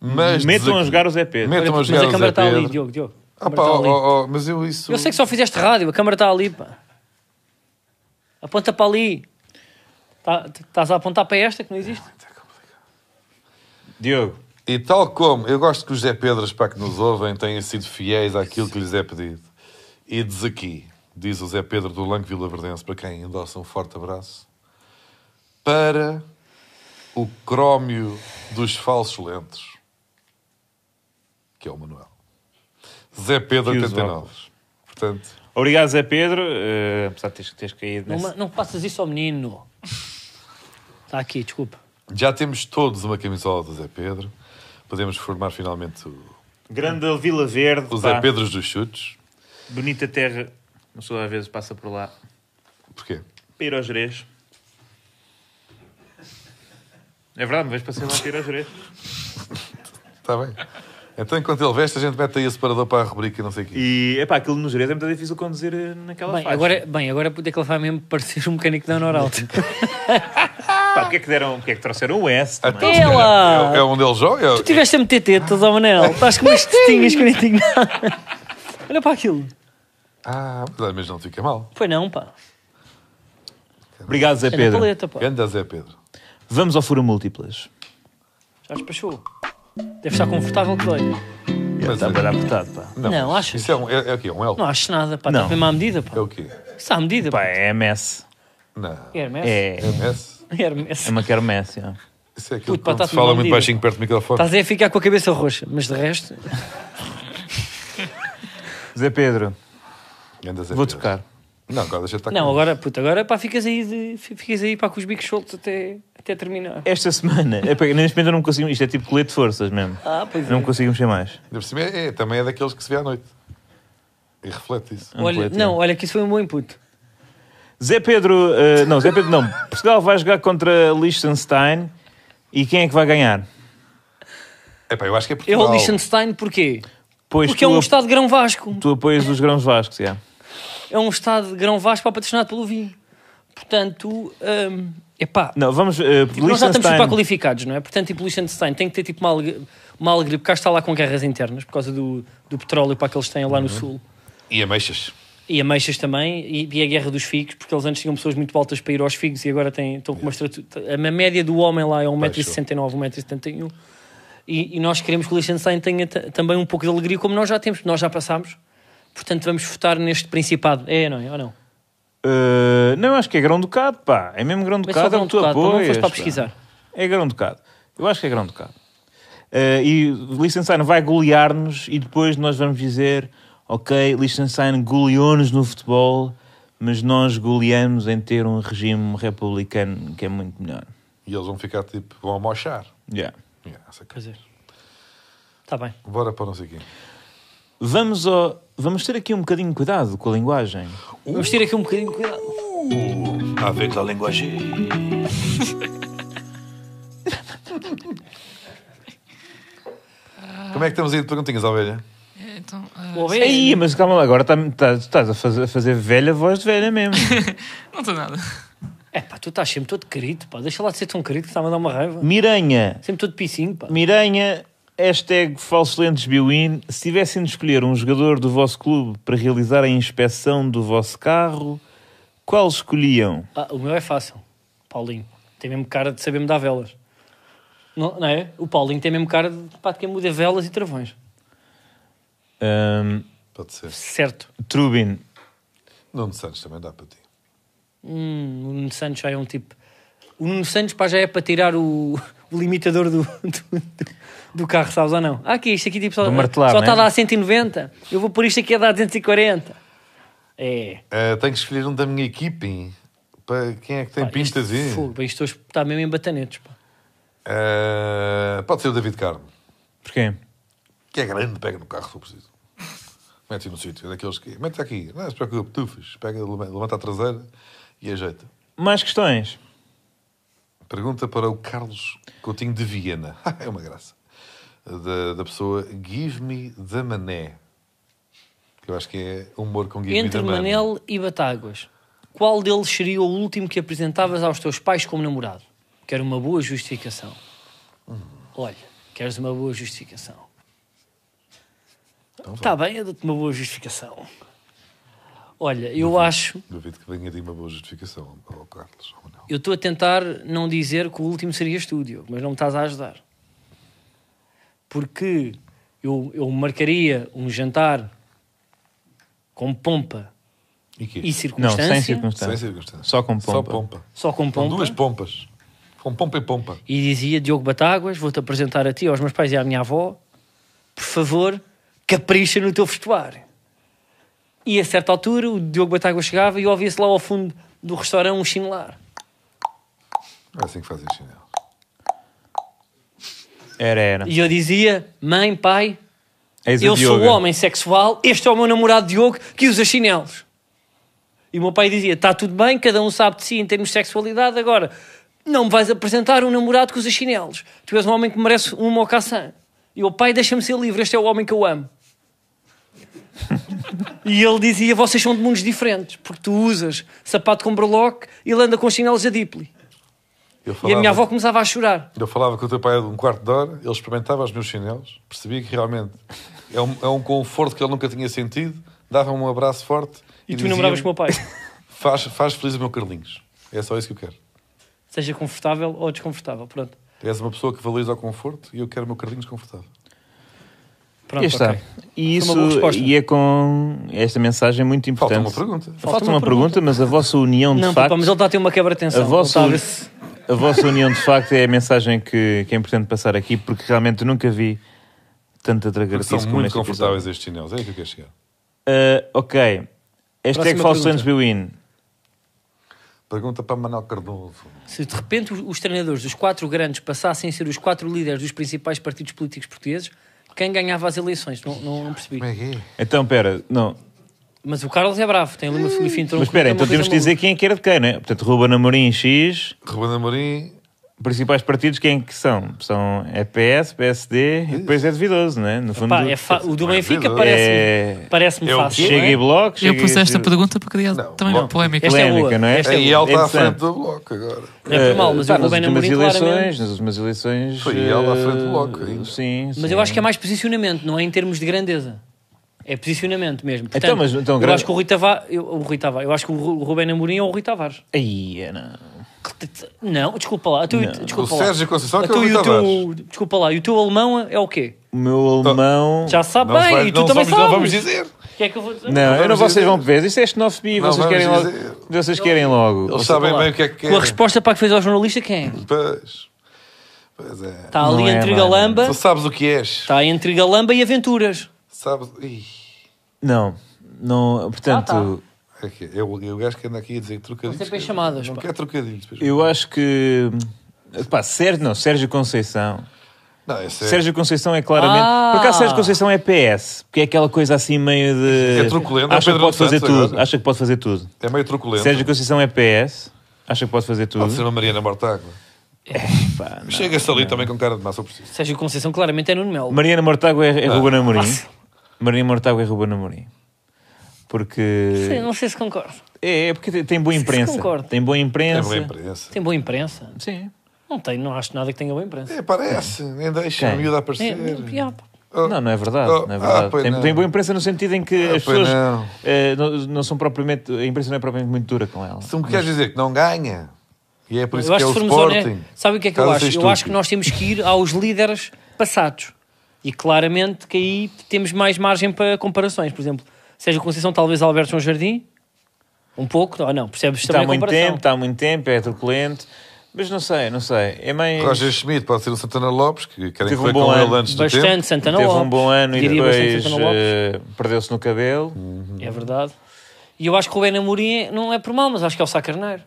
S3: Mas
S1: Metam a
S3: diz-
S1: jogar o Zé Pedro.
S3: Metam a
S2: Mas
S3: jogar
S2: a
S3: o
S2: câmara
S3: Zé
S2: está ali,
S3: Pedro.
S2: Diogo, Diogo. A
S3: Ah,
S2: câmara
S3: pá,
S2: está ali.
S3: ó, ó, mas eu isso.
S2: tá Eu sei que só fizeste rádio, a câmara está ali, pá. Aponta para ali. Tá- Estás a apontar para esta que não existe?
S1: Diogo,
S3: E tal como eu gosto que os Zé Pedras, para que nos ouvem, tenham sido fiéis àquilo que lhes é pedido. E diz aqui, diz o Zé Pedro do Lanque Vila Verdense, para quem endossa um forte abraço, para o crómio dos falsos lentos, que é o Manuel. Zé Pedro
S1: E os
S3: 89. Portanto,
S1: obrigado Zé Pedro, eh, apesar de teres, teres caído
S2: Não,
S1: nessa...
S2: ma- não passas isso ao menino. Está Tá aqui, desculpa.
S3: Já temos todos uma camisola do Zé Pedro. Podemos formar finalmente o,
S1: Grande Vila Verde,
S3: o Zé
S1: pá.
S3: Pedro dos Chutes.
S1: bonita terra. Uma pessoa às vezes passa por lá
S3: Porquê?
S1: para ir aos Jerez. É verdade, uma vez passei lá para ir aos Jerez.
S3: Está Tá bem. Então, enquanto ele veste, a gente mete aí a separador para a rubrica e não sei o quê.
S1: E, epá, aquilo no Jerez é muito difícil conduzir eh, naquela
S2: Bem
S1: faixa.
S2: agora, bem, agora é que ele vai mesmo parecer um mecânico da Norauto.
S1: Pá, porque é que deram, porque é que trouxeram o S também?
S3: Então,
S2: Ela!
S3: É, é onde ele joga? É-
S2: Tu tiveste a meter tetas ao Manel, estás com umas tetinhas que eu nem tinha nada. Olha para aquilo.
S3: Ah, mas- mas não fica mal.
S2: Foi não, pá.
S1: Obrigado, Zé
S2: É na
S1: Pedro.
S2: paleta, pá.
S3: Ganda Zé Pedro.
S1: Vamos ao Fura Múltiplas.
S2: Já despachou. Deve estar confortável que dói.
S3: Mas
S1: Está
S3: é-
S1: bem apertado, pá.
S2: Não, achas?
S3: Isso é, um, é, é o quê? Um L?
S2: Não acho nada, pá.
S1: Não.
S2: Está mesmo à medida, pá.
S3: É o quê?
S2: Está à medida,
S1: Pá,
S2: pá.
S1: é MS.
S3: Não.
S2: Hermes.
S1: É,
S3: Esse-
S2: Hermes.
S1: é uma quermesse. já.
S3: Isso é aquilo
S2: Puto, pá,
S3: que se
S2: está-te
S3: fala
S2: mal
S3: muito
S2: medida.
S3: baixinho perto do microfone.
S2: Estás aí a ficar com a cabeça roxa, mas de resto,
S1: Zé Pedro,
S3: Ganda Zé
S1: vou
S3: Pedro.
S1: tocar.
S3: Não, agora deixa estar
S2: Não,
S3: com-
S2: agora, puto, agora pá, ficas aí, de, fi- ficas aí pá, com os bicos soltos até, até terminar.
S1: Esta semana, epá, neste momento eu não consigo. Isto é tipo colete de forças mesmo.
S2: Ah, pois é.
S1: Não consigo mexer mais.
S3: Ainda por cima é, é- também é daqueles que se vê à noite. E reflete isso.
S1: um
S2: olha,
S1: colete,
S2: não, olha que isso foi um bom input.
S1: Zé Pedro, eh, não, Zé Pedro não. Portugal vai jogar contra Liechtenstein e quem é que vai ganhar?
S3: Epá, eu acho que é
S2: Eu,
S3: Portugal.
S2: o Liechtenstein, porquê?
S1: Pois
S2: Porque é
S1: tu,
S2: um
S1: ap-
S2: estado de grão vasco.
S1: tu apoias os grãos vascos, já.
S2: É um estado de grão vasco pá, patrocinado pelo vinho. Portanto, hum, epá,
S1: Não, vamos. eh,
S2: tipo, nós já estamos
S1: Liechtenstein-
S2: super qualificados, não é? Portanto, tipo, o Liechtenstein tem que ter tipo uma, alegria, uma alegria, porque cá está lá com guerras internas, por causa do, do petróleo para que eles têm lá
S1: Uhum.
S2: no sul.
S3: E ameixas.
S2: E ameixas também, e, e a guerra dos figos, porque eles antes tinham pessoas muito altas para ir aos figos e agora têm, estão com uma estrutura. A média do homem lá é 1,69m, 1,71m. E, e nós queremos que o Liechtenstein tenha ta- também um pouco de alegria, como nós já temos, nós já passámos. Portanto, vamos votar neste Principado. É, não é? Ou não?
S1: Eh, não, acho que é grão ducado, pá. É mesmo grão
S2: Mas só
S1: ducado, é
S2: Grão
S1: o que tu
S2: Ducado, pá, não
S1: apoias.
S2: foste para
S1: pá.
S2: pesquisar.
S1: É grão ducado. Eu acho que é grão ducado. Eh, e Liechtenstein vai golear-nos e depois nós vamos dizer: Ok, Liechtenstein goleou-nos no futebol, mas nós goleamos em ter um regime republicano que é muito melhor.
S3: E eles vão ficar tipo, vão amochar.
S1: Yeah.
S3: Yeah, essa cara.
S2: Pois é. Está bem.
S3: Bora para não sei quem.
S1: Vamos, ao- vamos ter aqui um bocadinho de cuidado com a linguagem.
S2: Vamos ter aqui um bocadinho de cuidado.
S3: Avec la linguagem. Como é que estamos aí de perguntinhas, ovelha?
S4: É, então, ah,
S2: Vou ver.
S1: Aí, mas calma lá, agora tá- tá- estás a fazer, a fazer velha voz de velha mesmo.
S4: não estou nada.
S2: É pá, tu estás sempre todo querido, pá. Deixa lá de ser tão querido que está-me a dar uma raiva.
S1: Miranha,
S2: Sempre todo picinho, pá.
S1: Miranha, hashtag FalsoLentesBiwin, se tivessem de escolher um jogador do vosso clube para realizar a inspeção do vosso carro, qual escolhiam?
S2: Ah, o meu é fácil. Paulinho. Tem mesmo cara de saber mudar velas. Não, não é? O Paulinho tem mesmo cara de, pá, de quem muda velas e travões.
S1: Ahm,
S3: Pode ser.
S2: Certo.
S1: Trubin,
S3: Nuno Santos também dá para ti.
S2: Hum, o Nuno Santos já é um tipo... O Nuno Santos pá, já é para tirar o, o limitador do, do, do- do carro, sabes ou não? Ah, aqui, isto aqui tipo só,
S1: Para martelar,
S2: só
S1: não é?
S2: está a dar 190. Eu vou pôr isto aqui a dar 240. É.
S3: Ah, tenho que escolher um da minha equipe. hein? Para quem é que tem
S2: Pá, este
S3: pintas aí?
S2: fogo, bem, Isto hoje está mesmo em batanetes, pá.
S3: Ah, pode ser o David Carmo.
S1: porquê?
S3: Que é grande, pega no carro se for preciso. Mete no sítio. É daqueles que. Mete aqui. Não se preocupe, tufas. Pega, levanta a traseira e ajeita.
S1: Mais questões?
S3: Pergunta para o Carlos Coutinho de Viena. é uma graça. Da, da pessoa Give Me the Mané. Que Eu acho que é humor com Give
S2: Entre
S3: Me the Mané.
S2: Manel e Batáguas, qual deles seria o último que apresentavas aos teus pais como namorado? Quero uma boa justificação.
S1: Hum.
S2: Olha, queres uma boa justificação.
S1: Então
S2: Está bem, eu dou-te uma boa justificação. Olha, eu
S1: Uhum.
S2: acho,
S3: Duvido que venha de uma boa justificação ao Carlos. Ou não.
S2: eu estou a tentar não dizer que o último seria estúdio, mas não me estás a ajudar. Porque eu, eu marcaria um jantar com pompa
S3: E quê?
S2: e
S1: Não,
S2: circunstância.
S1: sem
S3: Sem
S1: circunstância.
S3: circunstância.
S1: Só com
S3: Só
S1: pompa.
S3: pompa.
S2: Só com
S3: Com
S2: pompa.
S3: duas pompas. Com pompa e pompa.
S2: e dizia: Diogo Batáguas, vou-te apresentar a ti, aos meus pais e à minha avó, por favor, capricha no teu vestuário. E a certa altura o Diogo Batáguas chegava e ouvia-se lá ao fundo do restaurante um chinelar.
S3: É assim que fazem chinelo.
S1: Era, era.
S2: E eu dizia, mãe, pai,
S1: Eis a
S2: eu sou
S1: Dioga.
S2: o homem sexual, este é o meu namorado Diogo que usa chinelos. E o meu pai dizia, está tudo bem, cada um sabe de si em termos de sexualidade, agora não me vais apresentar um namorado que usa chinelos. Tu és um homem que merece um mocaçã. E o pai, deixa-me ser livre, este é o homem que eu amo. E ele dizia: Vocês são de mundos diferentes, porque tu usas sapato com berloque e ele anda com chinelos a dipli.
S3: Eu
S2: E a minha avó
S3: falava-
S2: começava a chorar.
S3: Eu falava com o teu pai de um quarto de hora, ele experimentava os meus chinelos, percebia que realmente é um, é um conforto que ele nunca tinha sentido, dava-me um abraço forte
S2: E, tu
S3: dizia-me,
S2: namoravas com o meu pai.
S3: Faz, faz feliz o meu Carlinhos. É só isso que eu quero.
S2: Seja confortável ou desconfortável. Pronto.
S3: Tu És uma pessoa que valoriza o conforto e eu quero o meu Carlinhos confortável.
S2: Pronto,
S1: E está.
S2: ok.
S1: E
S2: Foi uma
S1: isso
S2: boa resposta.
S1: e é com esta mensagem muito
S3: Falta
S1: importante.
S3: uma pergunta.
S1: Falta uma pergunta, mas a vossa união de
S2: Não,
S1: facto.
S2: papá, mas ele está a ter uma quebra de tensão.
S1: A
S2: Ele
S1: vossa-
S2: está a ver se-
S1: A vossa união de facto é a mensagem que, que é importante passar aqui, porque realmente eu nunca vi tanta
S3: Porque
S1: dragartice
S3: são
S1: como
S3: muito
S1: neste
S3: confortáveis
S1: episódio.
S3: estes chinelos, é aí que eu quero chegar.
S1: Ah, ok. é Hashtag
S2: Próxima
S1: Falso
S2: pergunta.
S1: Lentes Bewin.
S3: Pergunta para Manuel Cardoso.
S2: Se de repente os- os treinadores dos quatro grandes passassem a ser os quatro líderes dos principais partidos políticos portugueses, quem ganhava as eleições? Não, não- não percebi.
S3: Como é que é?
S1: Então, pera, não.
S2: Mas o Carlos é bravo, tem ali
S3: Hum.
S2: uma filia
S1: Mas espera, então temos que dizer quem é que era de quem, não é? Portanto, Ruben Amorim X,
S3: Ruben Amorim,
S1: principais partidos, quem é que são? São é PS, PSD e depois é duvidoso, não é? No fundo,
S2: Pá, é fa- O do
S3: Não é
S2: Benfica
S3: verdade.
S2: parece-me
S1: É-
S2: parece
S3: É o
S2: fácil.
S1: chega
S2: não é?
S1: e bloco.
S4: Eu
S1: chega
S4: pus
S1: e-
S4: esta pergunta para criar
S3: Não,
S4: também
S3: bom.
S4: uma polémica.
S2: Esta é
S1: Polémica,
S2: boa,
S1: não é?
S2: esta é
S3: aí
S2: boa.
S3: ele está à
S1: interessante.
S3: frente do bloco agora.
S2: Não é por mal, mas
S1: Tá,
S2: o Ruben
S1: nas últimas
S2: Amorim claramente...
S1: eleições, nas últimas eleições.
S3: Foi ele à
S1: eh,
S3: frente do Bloco é ainda.
S1: Sim,
S2: Mas eu acho que é mais posicionamento, não é em termos de grandeza. É posicionamento mesmo. Portanto,
S1: Então, mas- então,
S2: eu
S1: grande-
S2: acho que o Rui Tavares... Eu, o Rui Tavares... Eu acho que o Ru- o Rubén Amorim é o Rui Tavares.
S1: Aí, é, não.
S2: Não, desculpa lá. Tu, desculpa
S3: O
S2: lá.
S3: Sérgio Conceição que
S2: Então,
S3: é o Rui
S2: e teu, Desculpa lá. E o teu alemão é o quê?
S1: O meu alemão.
S3: Então,
S2: Já sabe
S3: Não se
S2: Tá bem.
S3: vai-
S2: e tu
S3: não
S2: também
S3: vamos-
S2: sabes.
S3: Não vamos dizer.
S2: O que é que eu vou dizer?
S1: Não, eu não,
S3: vamos
S1: vocês
S3: dizer.
S1: vão ver. Isto é xenofobia.
S3: Não
S1: Vocês
S3: vamos
S1: querem, logo,
S3: dizer.
S1: vocês querem logo.
S3: Eles
S1: Vocês-
S3: sabem
S2: Lá.
S3: bem o que é que
S2: Com a
S3: querem.
S2: resposta para que fez ao jornalista, quem é?
S3: Pois. Pois é.
S2: Está
S1: Não
S2: ali
S1: é,
S2: entre
S1: mano.
S2: Galamba.
S3: Tu sabes o que és.
S2: Está entre Galamba e Aventuras.
S3: Sabes. Ih,
S1: Não, não. Portanto,
S2: Ah, tá.
S3: é que é o, é o gajo que anda aqui a dizer trocadilhos.
S2: Você fez chamadas,
S3: Não
S2: pá.
S3: quer trocadilhos. pois.
S1: eu acho que. Pá, Sérgio, não, Sérgio Conceição.
S3: Não, é sério.
S1: Sérgio Conceição é claramente.
S2: Ah.
S1: Por acaso, Sérgio Conceição é PS, porque é aquela coisa assim meio de.
S3: É truculento, é
S1: Acha que
S3: Pedro
S1: pode fazer
S3: Santos
S1: tudo.
S3: agora.
S1: Acha que pode fazer tudo.
S3: É meio truculento.
S1: Sérgio Conceição é PS, acha que pode fazer tudo.
S2: Hum?
S3: Pode ser uma Mariana Mortágua.
S2: É,
S1: Pá, não.
S3: Chega-se ali também com cara de massa, eu preciso.
S2: Sérgio Conceição claramente é Nuno Melo.
S1: Mariana Mortágua é, é
S3: Ah.
S1: Ruben Amorim. Mariana Mortágua é Ruben Amorim.
S2: Sim,
S1: Porque.
S2: Não sei se concordo.
S1: É, é porque tem- tem boa
S2: Sim,
S1: imprensa.
S2: concordo.
S1: Tem boa
S3: É
S1: imprensa.
S3: uma imprensa.
S2: Tem boa imprensa?
S1: Sim.
S2: Não tem, não acho nada que tenha boa imprensa.
S3: É, parece. Nem deixa a
S1: Quem?
S3: miúda
S2: É,
S3: aparecer.
S2: é, pá.
S3: Oh,
S1: Não, não é verdade.
S3: Oh,
S1: não é
S3: ah,
S1: verdade.
S3: pois
S1: tem,
S3: não.
S1: tem boa imprensa no sentido em que
S3: Ah,
S1: as
S3: pois
S1: pessoas
S3: não.
S1: eh, não, não são propriamente. A imprensa não é propriamente muito dura com ela.
S3: Se tu me queres dizer que não ganha, e é por isso
S2: eu
S3: que
S2: acho
S3: é o
S2: que se formos
S3: Sporting.
S2: honestos, sabe o que é que eu
S3: Estás a
S2: acho?
S3: ser
S2: Eu acho que
S3: estúpido.
S2: nós temos que ir aos líderes passados. E claramente que aí temos mais margem para comparações. Por exemplo, Sérgio Conceição, talvez Alberto João Jardim. Um pouco, ou não, percebes
S1: Está
S2: também
S1: há
S2: a
S1: muito
S2: comparação.
S1: tempo, está há muito tempo, é truculento. Mas não sei, não sei. É mais.
S3: Roger Schmidt pode ser o Santana Lopes, que querem que
S1: Teve um
S3: foi
S1: bom
S3: com
S1: ano.
S3: ele antes do
S2: Bastante
S3: tempo.
S2: Santana
S1: Teve
S2: Lopes.
S1: um bom ano e
S2: Diria bastante
S1: depois
S2: Santana Lopes.
S1: eh, perdeu-se no cabelo.
S2: É verdade. E eu acho que o Ben Amorim não é por mal, mas acho que é o Sá Carneiro.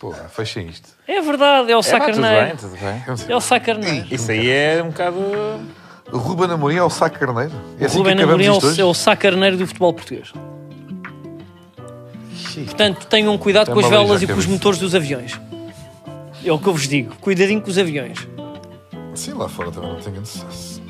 S3: Porra, fechem isto.
S2: É verdade, é o Sá
S1: É, pá, tudo bem, então
S2: Carneiro.
S1: tudo bem.
S3: um
S2: É o Sá Carneiro.
S1: Isso aí é um bocado.
S3: O Ruben Amorim é o Sá Carneiro? É assim
S2: Ruben
S3: que acabamos
S2: Amorim é
S3: isto
S2: o,
S3: hoje?
S2: é o Sá Carneiro do futebol português. Portanto, tenham cuidado com
S3: Tem
S2: as
S3: uma lei
S2: velas
S3: na
S2: e com os
S3: cabeça.
S2: motores dos aviões. É o que eu vos digo. Cuidadinho com os aviões.
S3: Sim, lá fora também não tenho necessidade.